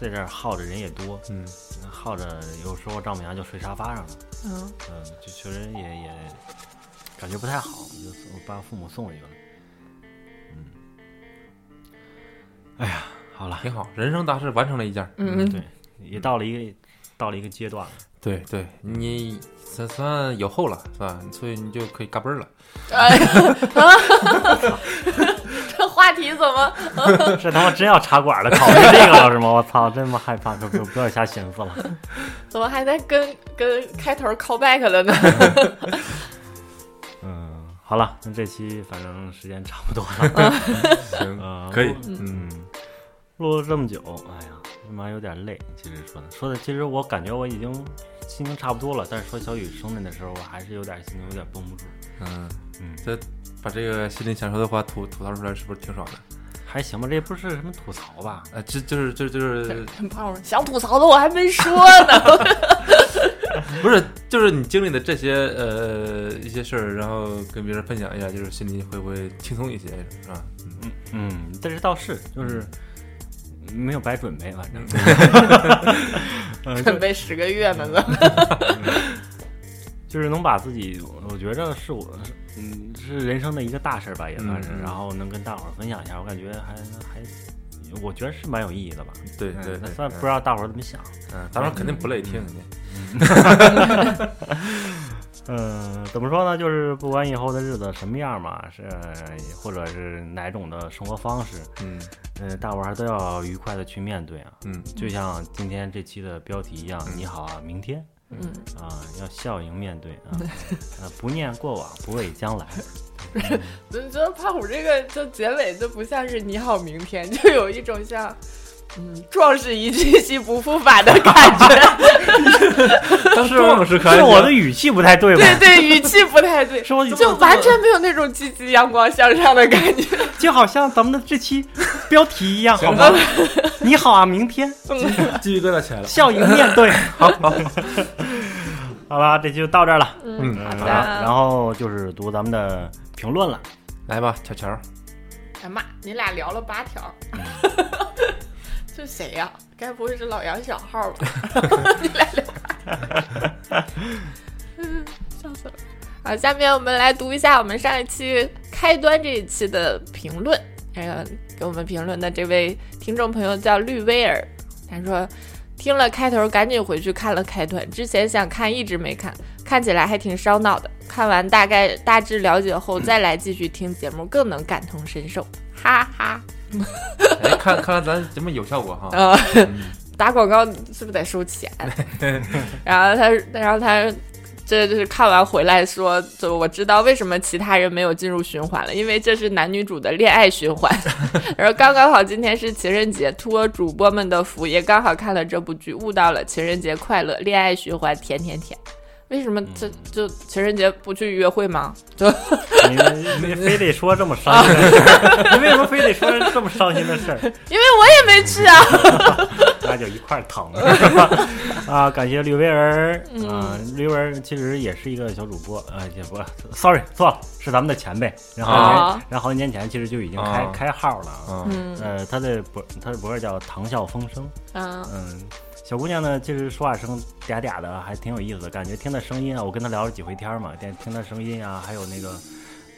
Speaker 2: 在这儿耗着人也多，
Speaker 3: 嗯
Speaker 2: 耗着有时候丈母娘就睡沙发上了，
Speaker 4: 嗯，
Speaker 2: 嗯，就确实也也感觉不太好，我就送我把父母送回去了，嗯，哎呀，好了。
Speaker 3: 挺好，人生大事完成了一件儿。
Speaker 4: 嗯
Speaker 2: 对，也到了一个到了一个阶段了。
Speaker 3: 对对，你算算有后了是吧？所以你就可以嘎嘣儿了。
Speaker 4: 哎呀， 啊这话题怎么？
Speaker 2: 这他妈真要茶馆了，考虑这个了是吗？我操，真他妈害怕，可不不要瞎寻思了。
Speaker 4: 怎么还在跟跟开头 call back 了呢？
Speaker 2: 嗯，好了，那这期反正时间差不多了，
Speaker 3: 行，
Speaker 2: 嗯，
Speaker 3: 可以
Speaker 2: 录，
Speaker 3: 嗯
Speaker 2: 嗯，录了这么久，哎呀，他妈有点累。其实说的说的，其实我感觉我已经心情差不多了，但是说小雨生日的时候，我还是有点心情有点绷不住。
Speaker 3: 嗯
Speaker 2: 嗯
Speaker 3: 这把这个心里想说的话吐吐槽出来，是不是挺爽的？
Speaker 2: 还行吧，这不是什么吐槽吧？
Speaker 3: 呃，这就是这 就是
Speaker 4: 很胖吗？想吐槽的我还没说呢。
Speaker 3: 不是就是你经历的这些呃一些事儿，然后跟别人分享一下，就是心里会不会轻松一些，是吧？嗯，
Speaker 2: 嗯嗯，但是倒是就是没有白准备，反正。嗯
Speaker 4: 准备十个月呢，都
Speaker 2: 就是能把自己，我觉着是我，嗯，是人生的一个大事儿吧，也算是。
Speaker 3: 嗯嗯
Speaker 2: 然后能跟大伙儿分享一下，我感觉还还，我觉得是蛮有意义的吧。
Speaker 3: 对对
Speaker 2: 嗯
Speaker 3: 对，
Speaker 2: 虽然不知
Speaker 3: 让，
Speaker 2: 道大伙儿怎么想。
Speaker 3: 嗯，当然肯定不乐意听你。
Speaker 2: 嗯，怎么说呢？就是不管以后的日子什么样嘛，是或者是哪种的生活方式，
Speaker 3: 嗯
Speaker 2: 嗯、大伙儿都要愉快的去面对啊。
Speaker 3: 嗯
Speaker 2: 就像今天这期的标题一样，
Speaker 3: 嗯
Speaker 2: 你好啊，明天
Speaker 4: 嗯，
Speaker 2: 啊、要笑迎面对啊，呃，不念过往，不畏将 来。
Speaker 4: 就觉得胖虎这个就结尾就不像是你好明天，就有一种像。嗯，壮士一去兮不复返的感觉，
Speaker 2: 但是
Speaker 3: 壮士可还
Speaker 2: 是我
Speaker 3: 行
Speaker 2: 的语气不太对吧？
Speaker 4: 对对，语气不太对，
Speaker 2: 是我语气
Speaker 4: 就
Speaker 2: 不太对
Speaker 4: 完全没有那种积极、阳光向上的感觉。
Speaker 2: 就好像咱们的这 期标题一样，好
Speaker 3: 行
Speaker 2: 吗？你好啊，明天
Speaker 4: 嗯
Speaker 3: 鸡皮疙瘩起来了。
Speaker 2: 笑迎面对， 好好。好了，这期就到这儿了。
Speaker 4: 嗯，
Speaker 3: 嗯
Speaker 2: 嗯，
Speaker 4: 好的
Speaker 2: 然后就是读咱们的评 论了。
Speaker 3: 来吧，乔 乔，
Speaker 4: 哎妈，你俩聊了八条， 这谁呀、该不会是老杨小号吧？你俩聊八条，嗯， 笑死了。好，下面我们来读一下我们上一期开端这一期的评论。呃，给我们评论的这位听众朋友叫绿威尔，他说听了开头赶紧回去看了开端，之前想看一直没看，看起来还挺烧脑的。看完大概大致了解后再来继续听节目，更能感同身受，哈哈。
Speaker 3: 哎，看看来咱节目有效果哈。
Speaker 4: 呃，
Speaker 3: 嗯
Speaker 4: 打广告是不是得收 钱？然后他，然后他，这就是看完回来说，就我知道为什么其他人没有进入循环了，因为这是男女主的恋爱循 环。然后刚刚好今天是情人节，托主播们的福，也刚好看了这部剧，悟到了情人节快乐，恋爱循环，甜甜甜。为什么这就情人节不去约会 吗？就
Speaker 2: 你你非得说这么伤心的事 儿，你为什么非得说这么伤心的事儿？
Speaker 4: 因为我也没 去啊。
Speaker 2: 那就一块儿疼是吧？啊，感谢绿威尔，啊，绿威尔其实也是一个小主播，啊，也不，sorry，错了，是咱们的前辈。然后好几年
Speaker 4: 啊，
Speaker 2: 然后好几年前其实就已经开
Speaker 3: 啊
Speaker 2: 开号了。啊。
Speaker 3: 嗯
Speaker 4: 嗯
Speaker 2: 呃，她的博她的博士叫唐笑风声，
Speaker 4: 嗯
Speaker 2: 嗯，小姑娘呢，其实说话声嗲嗲的，还挺有意思的，感觉听她声音啊，我跟她聊了几回天儿嘛，听听她声音啊，还有那个，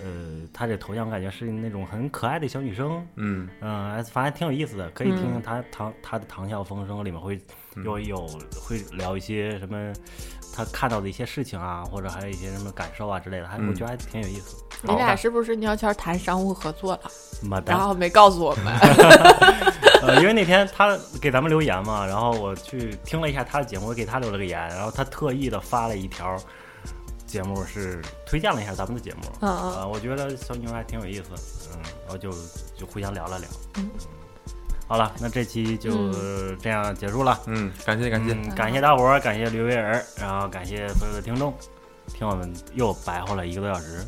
Speaker 2: 呃，她这头像感觉是那种很可爱的小女生，
Speaker 3: 嗯
Speaker 2: 嗯、还反正还挺有意思的，可以听听
Speaker 4: 嗯
Speaker 2: 她唐她的唐笑风声里面会有有会聊一些什么。她看到的一些事情啊，或者还有一些什么感受啊之类的，还我
Speaker 3: 嗯
Speaker 2: 觉得还挺有意思。
Speaker 4: 你俩是不是鸟悄谈商务合作了，
Speaker 2: 么的
Speaker 4: 然，后没告诉我们？
Speaker 2: 呃，因为那天他给咱们留言嘛，然后我去听了一下他的节目，我给他留了个言，然后他特意的发了一条节目，是推荐了一下咱们的节目。
Speaker 4: 嗯嗯
Speaker 2: 啊，我觉得小女孩还挺有意思，嗯，然后就就互相聊了聊。
Speaker 4: 嗯
Speaker 2: 好了，那这期就这样结束了，
Speaker 3: 嗯，感谢感谢，
Speaker 2: 嗯，感谢大伙儿，感谢刘威尔，然后感谢所有的听众，听我们又白话了一个多小时。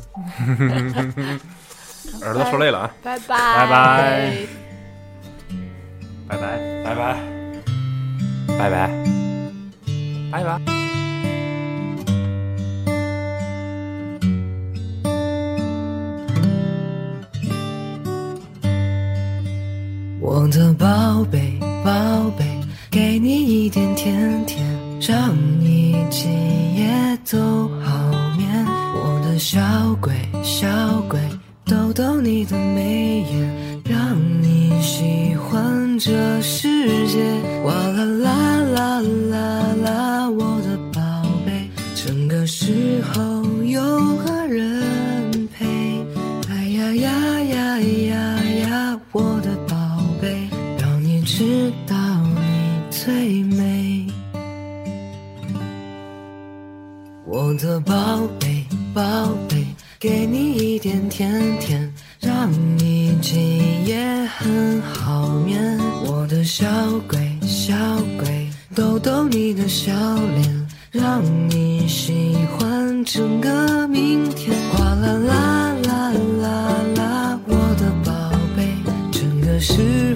Speaker 3: 耳朵说累了啊。
Speaker 4: 拜拜，
Speaker 2: 拜拜。拜拜，拜拜。
Speaker 3: 拜拜，拜拜。
Speaker 5: 我的宝贝，宝贝，给你一点甜甜，让你今夜都好眠。我的小鬼，小鬼，逗逗你的眉眼，让你喜欢这世界。哇啦啦啦啦啦，我的宝贝，整个时候有个人陪。哎呀呀呀呀呀，我的宝贝，让你知道你最美。我的宝贝，宝贝，给你一点甜甜，让你今夜很好眠。我的小鬼，小鬼，逗逗你的笑脸，让你喜欢整个明天。哗啦啦啦啦啦，我的宝贝，整个。世。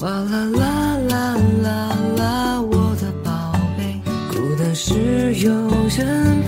Speaker 5: 哇啦啦啦啦啦，我的宝贝，哭的是有人哎哎